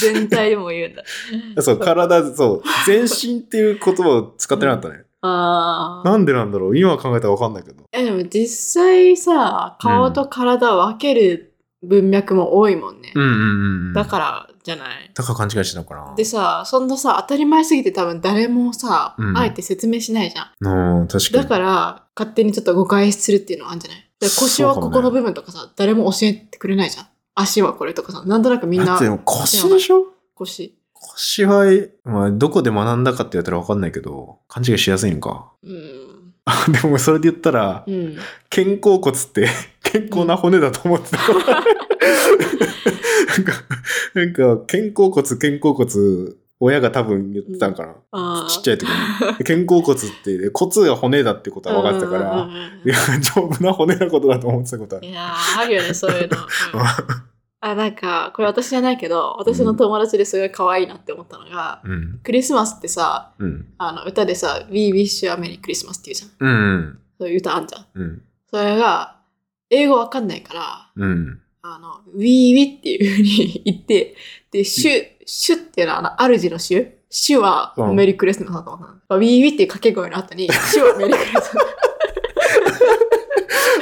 [SPEAKER 2] 全体でも言うんだ。
[SPEAKER 1] そう、体、そう、全身っていう言葉を使ってなかったね。
[SPEAKER 2] ああ。
[SPEAKER 1] なんでなんだろう今考えたらわかんないけど。
[SPEAKER 2] え、でも実際さ、顔と体を分ける文脈も多いもんね。
[SPEAKER 1] んうん
[SPEAKER 2] だからじゃない。
[SPEAKER 1] だから勘違いしてたのかな
[SPEAKER 2] でさ、そんなさ、当たり前すぎて多分誰もさ、
[SPEAKER 1] うん
[SPEAKER 2] あえて説明しないじゃん。
[SPEAKER 1] うん、確かに。
[SPEAKER 2] だから、勝手にちょっと誤解するっていうのはあるんじゃないで腰は
[SPEAKER 1] そうか
[SPEAKER 2] こ
[SPEAKER 1] もね
[SPEAKER 2] この部分とかさ、誰も教えてくれないじゃん。足はこれとかさ、なんとなくみん
[SPEAKER 1] だ
[SPEAKER 2] な
[SPEAKER 1] ってでも腰でしょ
[SPEAKER 2] 腰。
[SPEAKER 1] 腰は、まあ、どこで学んだかって言ったらわかんないけど、勘違いしやすいのか。
[SPEAKER 2] うん。
[SPEAKER 1] あでもそれで言ったら
[SPEAKER 2] う、ん。
[SPEAKER 1] 肩甲骨って健康な骨だと思 ってた。なんか、なんか、肩甲骨、肩甲骨、親が多分言ってたんかな。
[SPEAKER 2] あ
[SPEAKER 1] ちっちゃい時に。肩甲骨って、骨が骨だってことは分かってたから、い
[SPEAKER 2] ら。
[SPEAKER 1] や、丈夫な骨なことだと思ってたことある。
[SPEAKER 2] いやー、あるよね、そういう の。うんあ、なんか、これ私じゃないけど、私の友達ですごい可愛いなって思ったのが、
[SPEAKER 1] うん。
[SPEAKER 2] クリスマスってさ、
[SPEAKER 1] うん。
[SPEAKER 2] あの、歌でさ、We wish you a merry Christmas って言うじゃん。
[SPEAKER 1] うん。
[SPEAKER 2] そういう歌あんじゃん。
[SPEAKER 1] うん。
[SPEAKER 2] それが、英語わかんないから、
[SPEAKER 1] うん。
[SPEAKER 2] あの、We we っていう風に言って、で、シュ、シュっていうのは、あの、主のシュシュは
[SPEAKER 1] うん
[SPEAKER 2] メリークリスマスだと思ったの。We we っていう掛け声の後に、シュはメリークリスマス。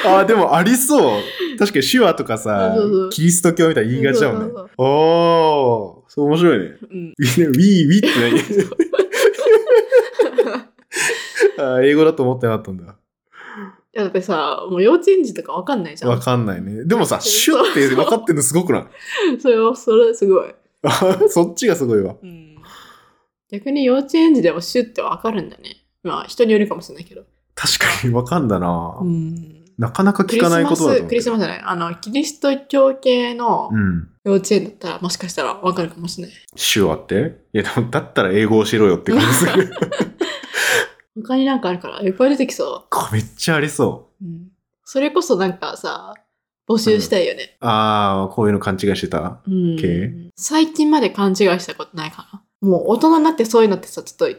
[SPEAKER 1] あ、でもありそう。確かに手話とかさ
[SPEAKER 2] そうそう、
[SPEAKER 1] キリスト教みたいに言いがちだもんね
[SPEAKER 2] そうそう。
[SPEAKER 1] おー、そう面白いね。
[SPEAKER 2] うん。
[SPEAKER 1] ウィーウィーって何 あー英語だと思ってなかったんだ。
[SPEAKER 2] いやだってさ、もう幼稚園児とかわかんないじゃ
[SPEAKER 1] わ
[SPEAKER 2] ん。
[SPEAKER 1] かんないね。でもさ、シ
[SPEAKER 2] そう
[SPEAKER 1] ュって分かってんのすごくない
[SPEAKER 2] それは、それすごい。
[SPEAKER 1] あそっちがすごいわ。
[SPEAKER 2] うん逆に幼稚園児でもシュってわかるんだね。まあ人によるかもしれないけど。
[SPEAKER 1] 確かに分かんだな、
[SPEAKER 2] うん。
[SPEAKER 1] なかなか
[SPEAKER 2] ク
[SPEAKER 1] 聞
[SPEAKER 2] リ
[SPEAKER 1] か
[SPEAKER 2] ス
[SPEAKER 1] ないこ
[SPEAKER 2] マ
[SPEAKER 1] とだと
[SPEAKER 2] ス、
[SPEAKER 1] 思う
[SPEAKER 2] ク
[SPEAKER 1] け
[SPEAKER 2] リス
[SPEAKER 1] ど。
[SPEAKER 2] マスじゃない。あの、キリスト教系の
[SPEAKER 1] うん。
[SPEAKER 2] 幼稚園だったら、もしかしたらわかるかもしれない。
[SPEAKER 1] 手話っていや、でもだったら英語をしろよって感じす る。
[SPEAKER 2] 他になんかあるから、いっぱい出てきそ。
[SPEAKER 1] これめっちゃありそう
[SPEAKER 2] うん。それこそなんかさ、募集したいよね。
[SPEAKER 1] う。ああ、こういうの勘違いしてた。
[SPEAKER 2] うん。
[SPEAKER 1] 系
[SPEAKER 2] 最近まで勘違いしたことないかな。もう大人になってそういうのってさ、ちょっと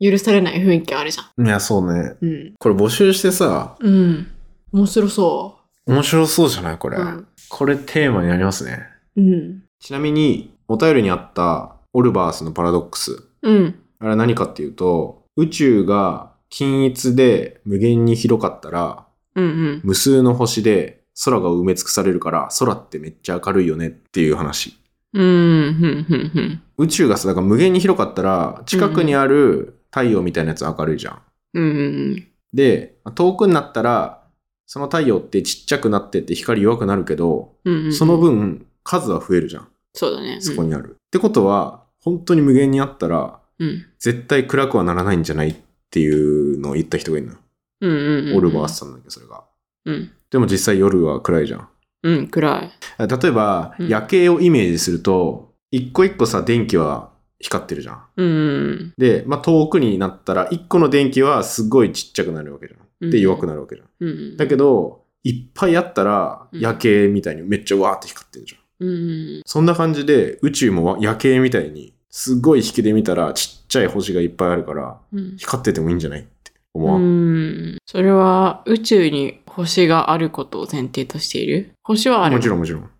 [SPEAKER 2] 許されない雰囲気あるじゃん。
[SPEAKER 1] いや、そうね。
[SPEAKER 2] うん。
[SPEAKER 1] これ募集してさ、
[SPEAKER 2] うん。面白そ
[SPEAKER 1] 面白そうじゃないこ
[SPEAKER 2] う。
[SPEAKER 1] れ、
[SPEAKER 2] うん。
[SPEAKER 1] これテーマになりますね。
[SPEAKER 2] うん。
[SPEAKER 1] ちなみに、お便りにあった、オルバースのパラドックス。
[SPEAKER 2] うん。
[SPEAKER 1] あれは何かっていうと、宇宙が均一で無限に広かったら、
[SPEAKER 2] うんうん。
[SPEAKER 1] 無数の星で空が埋め尽くされるから、空ってめっちゃ明るいよねっていう話。
[SPEAKER 2] うん、うん、うん、うん。
[SPEAKER 1] 宇宙がさ、だから無限に広かったら、近くにある太陽みたいなやつ明るいじゃん。
[SPEAKER 2] うんうん
[SPEAKER 1] で、遠くになったら、その太陽ってちっちゃくなってって光弱くなるけど、
[SPEAKER 2] うんうんうん
[SPEAKER 1] その。分数は増えるじゃん。
[SPEAKER 2] そうだね。
[SPEAKER 1] そこにある。ってことは、本当に無限にあったら、
[SPEAKER 2] うん。うん。
[SPEAKER 1] 絶対暗くはならないんじゃないっていうのを言った人がいるのよ。
[SPEAKER 2] うんうんうん。
[SPEAKER 1] オルバース。さんなんだけど、それが。
[SPEAKER 2] うん。
[SPEAKER 1] でも実際夜は暗いじゃん。
[SPEAKER 2] うん、暗い。
[SPEAKER 1] 例えば、
[SPEAKER 2] うん
[SPEAKER 1] 夜景をイメージすると、一個一個さ、電気は光ってるじゃん。
[SPEAKER 2] うんうん
[SPEAKER 1] で、まあ、遠くになったら、一個の電気はすごいちっちゃくなるわけじゃん。で、
[SPEAKER 2] うん
[SPEAKER 1] 弱くなるわけじゃん。
[SPEAKER 2] うん。うん。
[SPEAKER 1] だけ
[SPEAKER 2] ど、
[SPEAKER 1] ど、いっぱいあったら、
[SPEAKER 2] うん
[SPEAKER 1] 夜景みたいにめっちゃわーって光ってるじゃん。
[SPEAKER 2] うんうん。
[SPEAKER 1] そんな感じで、宇宙もわ夜景みたいに、すごい引きで見たら、ちっちゃい星がいっぱいあるから、
[SPEAKER 2] うん。
[SPEAKER 1] 光っててもいいんじゃないって思わ。
[SPEAKER 2] うんん。それは宇宙に星があることを前提としている星はある
[SPEAKER 1] もちろんもちろん。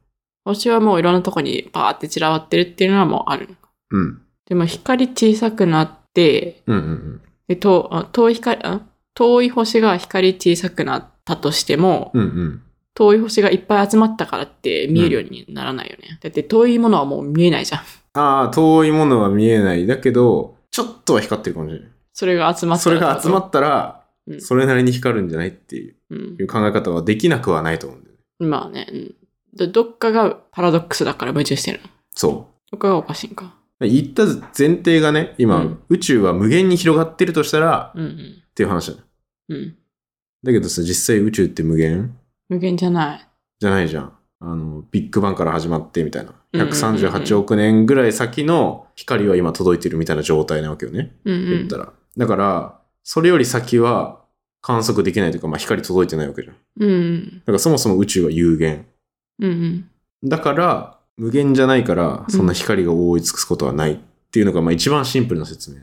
[SPEAKER 2] 星はもういろんなとこにバーって散らばってるっていうのはもうあるのか
[SPEAKER 1] うん。
[SPEAKER 2] でも光小さくなって、
[SPEAKER 1] うんうんうん。
[SPEAKER 2] で遠あ遠い光あ遠い星が光小さくなったとしても、
[SPEAKER 1] うんうん。
[SPEAKER 2] 遠い星がいっぱい集まったからって見えるようにならないよね。だって遠いものはもう見えないじゃん。
[SPEAKER 1] ああ、遠いものは見えない。だけど、ちょっとは光ってるかもしれない。
[SPEAKER 2] それが集まった
[SPEAKER 1] それが集ま
[SPEAKER 2] っ
[SPEAKER 1] ったら、
[SPEAKER 2] うん
[SPEAKER 1] それなりに光るんじゃないっていういう考え方はできなくはないと思うんだよね。
[SPEAKER 2] うん。まあね、うんど、どっかがパラドックスだから矛盾してるの。
[SPEAKER 1] そ
[SPEAKER 2] どっかがおかしいんか。
[SPEAKER 1] う。言った前提がね、今、
[SPEAKER 2] うん
[SPEAKER 1] 宇宙は無限に広がってるとしたら、っ
[SPEAKER 2] うんうん。
[SPEAKER 1] ていう話だね。
[SPEAKER 2] うん。
[SPEAKER 1] だけどさ、実際宇宙って無限
[SPEAKER 2] 無限じゃない。
[SPEAKER 1] じゃないじゃん。あの、ビッグバンから始まってみたいな。
[SPEAKER 2] うんうんうん
[SPEAKER 1] 138億年ぐらい先の光は今届いてるみたいな状態なわけよね。
[SPEAKER 2] うんう
[SPEAKER 1] 言っ
[SPEAKER 2] ん
[SPEAKER 1] た。ら。だから、それより先は観測できないというか、まあ光届いてないわけじゃん。だ
[SPEAKER 2] うんうん。
[SPEAKER 1] からそもそも宇宙は有限。
[SPEAKER 2] うんうん。
[SPEAKER 1] だから、無限じゃないから、そんな光が覆い尽くすことはないっていうのが、まあ一番シンプルな説明。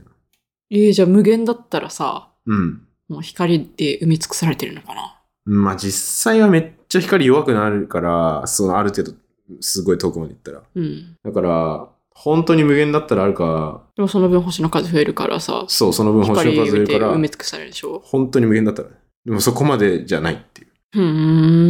[SPEAKER 2] えーじゃあ無限だったらさ、
[SPEAKER 1] うん。
[SPEAKER 2] もう光で埋め尽くされてるのかな。
[SPEAKER 1] まあ実際はめっちゃ光弱くなるから、そのある程度、すごい遠くまで行ったら。
[SPEAKER 2] うん。
[SPEAKER 1] だから、本当に無限だったらあるか、
[SPEAKER 2] でもその分星の数増えるからさ、
[SPEAKER 1] そう、その分星
[SPEAKER 2] 光
[SPEAKER 1] の数え
[SPEAKER 2] 見
[SPEAKER 1] る
[SPEAKER 2] て
[SPEAKER 1] から
[SPEAKER 2] 埋、め尽くされるでしょ。
[SPEAKER 1] 本当に無限だったらね。でもそこまでじゃないっていう。
[SPEAKER 2] うー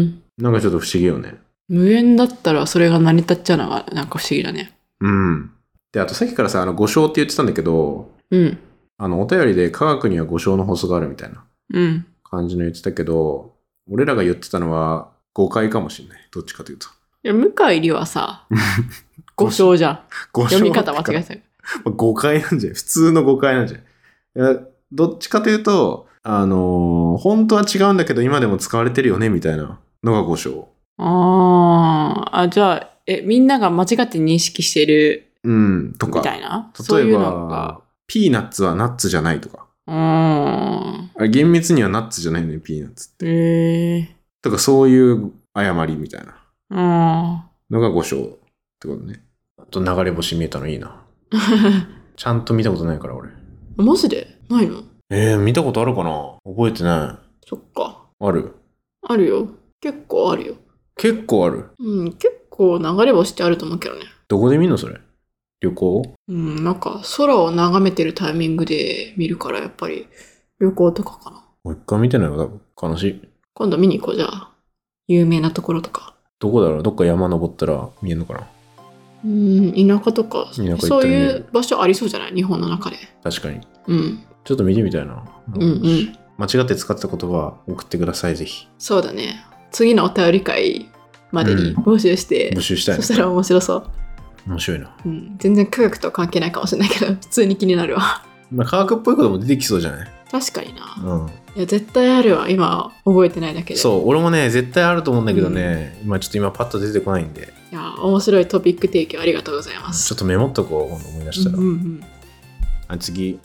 [SPEAKER 2] ん。
[SPEAKER 1] なんかちょっと不思議よね。
[SPEAKER 2] 無限だったらそれが成り立っちゃうのはなんか不思議だね。
[SPEAKER 1] うん。で、あとさっきからさ、あの、五章って言ってたんだけど、
[SPEAKER 2] うん。
[SPEAKER 1] あの、お便りで科学には五章の法則があるみたいな
[SPEAKER 2] うん。
[SPEAKER 1] 感じの言ってたけど、俺らが言ってたのは誤解かもしれない。どっちかというと。
[SPEAKER 2] いや、向井理は さ、五章じゃん。
[SPEAKER 1] 誤
[SPEAKER 2] 読み方間違え
[SPEAKER 1] え
[SPEAKER 2] てた。
[SPEAKER 1] た。誤解なんじゃない普通の誤解なんじゃないいやどっちかというと、あのー本当は違うんだけど今でも使われてるよねみたいなのが五章。
[SPEAKER 2] あーあ、じゃあ、え、みんなが間違って認識してる
[SPEAKER 1] うん、と
[SPEAKER 2] み
[SPEAKER 1] か。
[SPEAKER 2] たいなそう
[SPEAKER 1] 例
[SPEAKER 2] い
[SPEAKER 1] え
[SPEAKER 2] うのが
[SPEAKER 1] ば。、ピーナッツはナッツじゃないとか。
[SPEAKER 2] うーん。
[SPEAKER 1] あれ厳密にはナッツじゃないのよ、ピーナッツ。
[SPEAKER 2] ええ
[SPEAKER 1] とかそういう誤りみたいな
[SPEAKER 2] ー。うん。
[SPEAKER 1] のが五章ってことね。あと流れ星見えたのいい な。ちゃんと見たことないから俺。
[SPEAKER 2] マジでないの
[SPEAKER 1] えー、見たことあるかな覚えてな
[SPEAKER 2] そっか。
[SPEAKER 1] い。ある
[SPEAKER 2] あるよ。結構あるよ。
[SPEAKER 1] 結構ある。
[SPEAKER 2] うん、結構流れ星ってあると思うけどね。
[SPEAKER 1] どこで見んのそれ旅行
[SPEAKER 2] うん、なんか空を眺めてるタイミングで見るから、やっぱり旅行とかかな。
[SPEAKER 1] もう一回見てないわ、多分。悲しい。
[SPEAKER 2] 今度見に行こう、じゃあ。有名なところとか。
[SPEAKER 1] どこだろうどっか山登ったら見えるのかな
[SPEAKER 2] うん、田舎とか、
[SPEAKER 1] 舎行ったりね
[SPEAKER 2] そういう場所ありそうじゃない日本の中で。
[SPEAKER 1] 確かに。
[SPEAKER 2] うん、
[SPEAKER 1] ちょっと見てみたいな。
[SPEAKER 2] うん、うん。
[SPEAKER 1] 間違って使ってた言葉送ってください、ぜひ。
[SPEAKER 2] そうだね。次のお便り会まで
[SPEAKER 1] うん
[SPEAKER 2] に募集して、
[SPEAKER 1] 募集したい
[SPEAKER 2] そ。したら面白そう。
[SPEAKER 1] 面白いな。
[SPEAKER 2] うん、全然科学とは関係ないかもしれないけど、 普通に気になるわ。
[SPEAKER 1] まあ、科学っぽいことも出てきそうじゃない
[SPEAKER 2] 確かにな。
[SPEAKER 1] うん。
[SPEAKER 2] いや、絶対あるわ。今、覚えてないだけで。
[SPEAKER 1] そう、俺もね、絶対あると思うんだけどね、今ちょっと今パッと出てこないんで、
[SPEAKER 2] いや、面白いトピック提供ありがとうございま
[SPEAKER 1] ち
[SPEAKER 2] す
[SPEAKER 1] ょっ。とメモっとこう、今度思い出したら。
[SPEAKER 2] うんうんうん
[SPEAKER 1] あ次、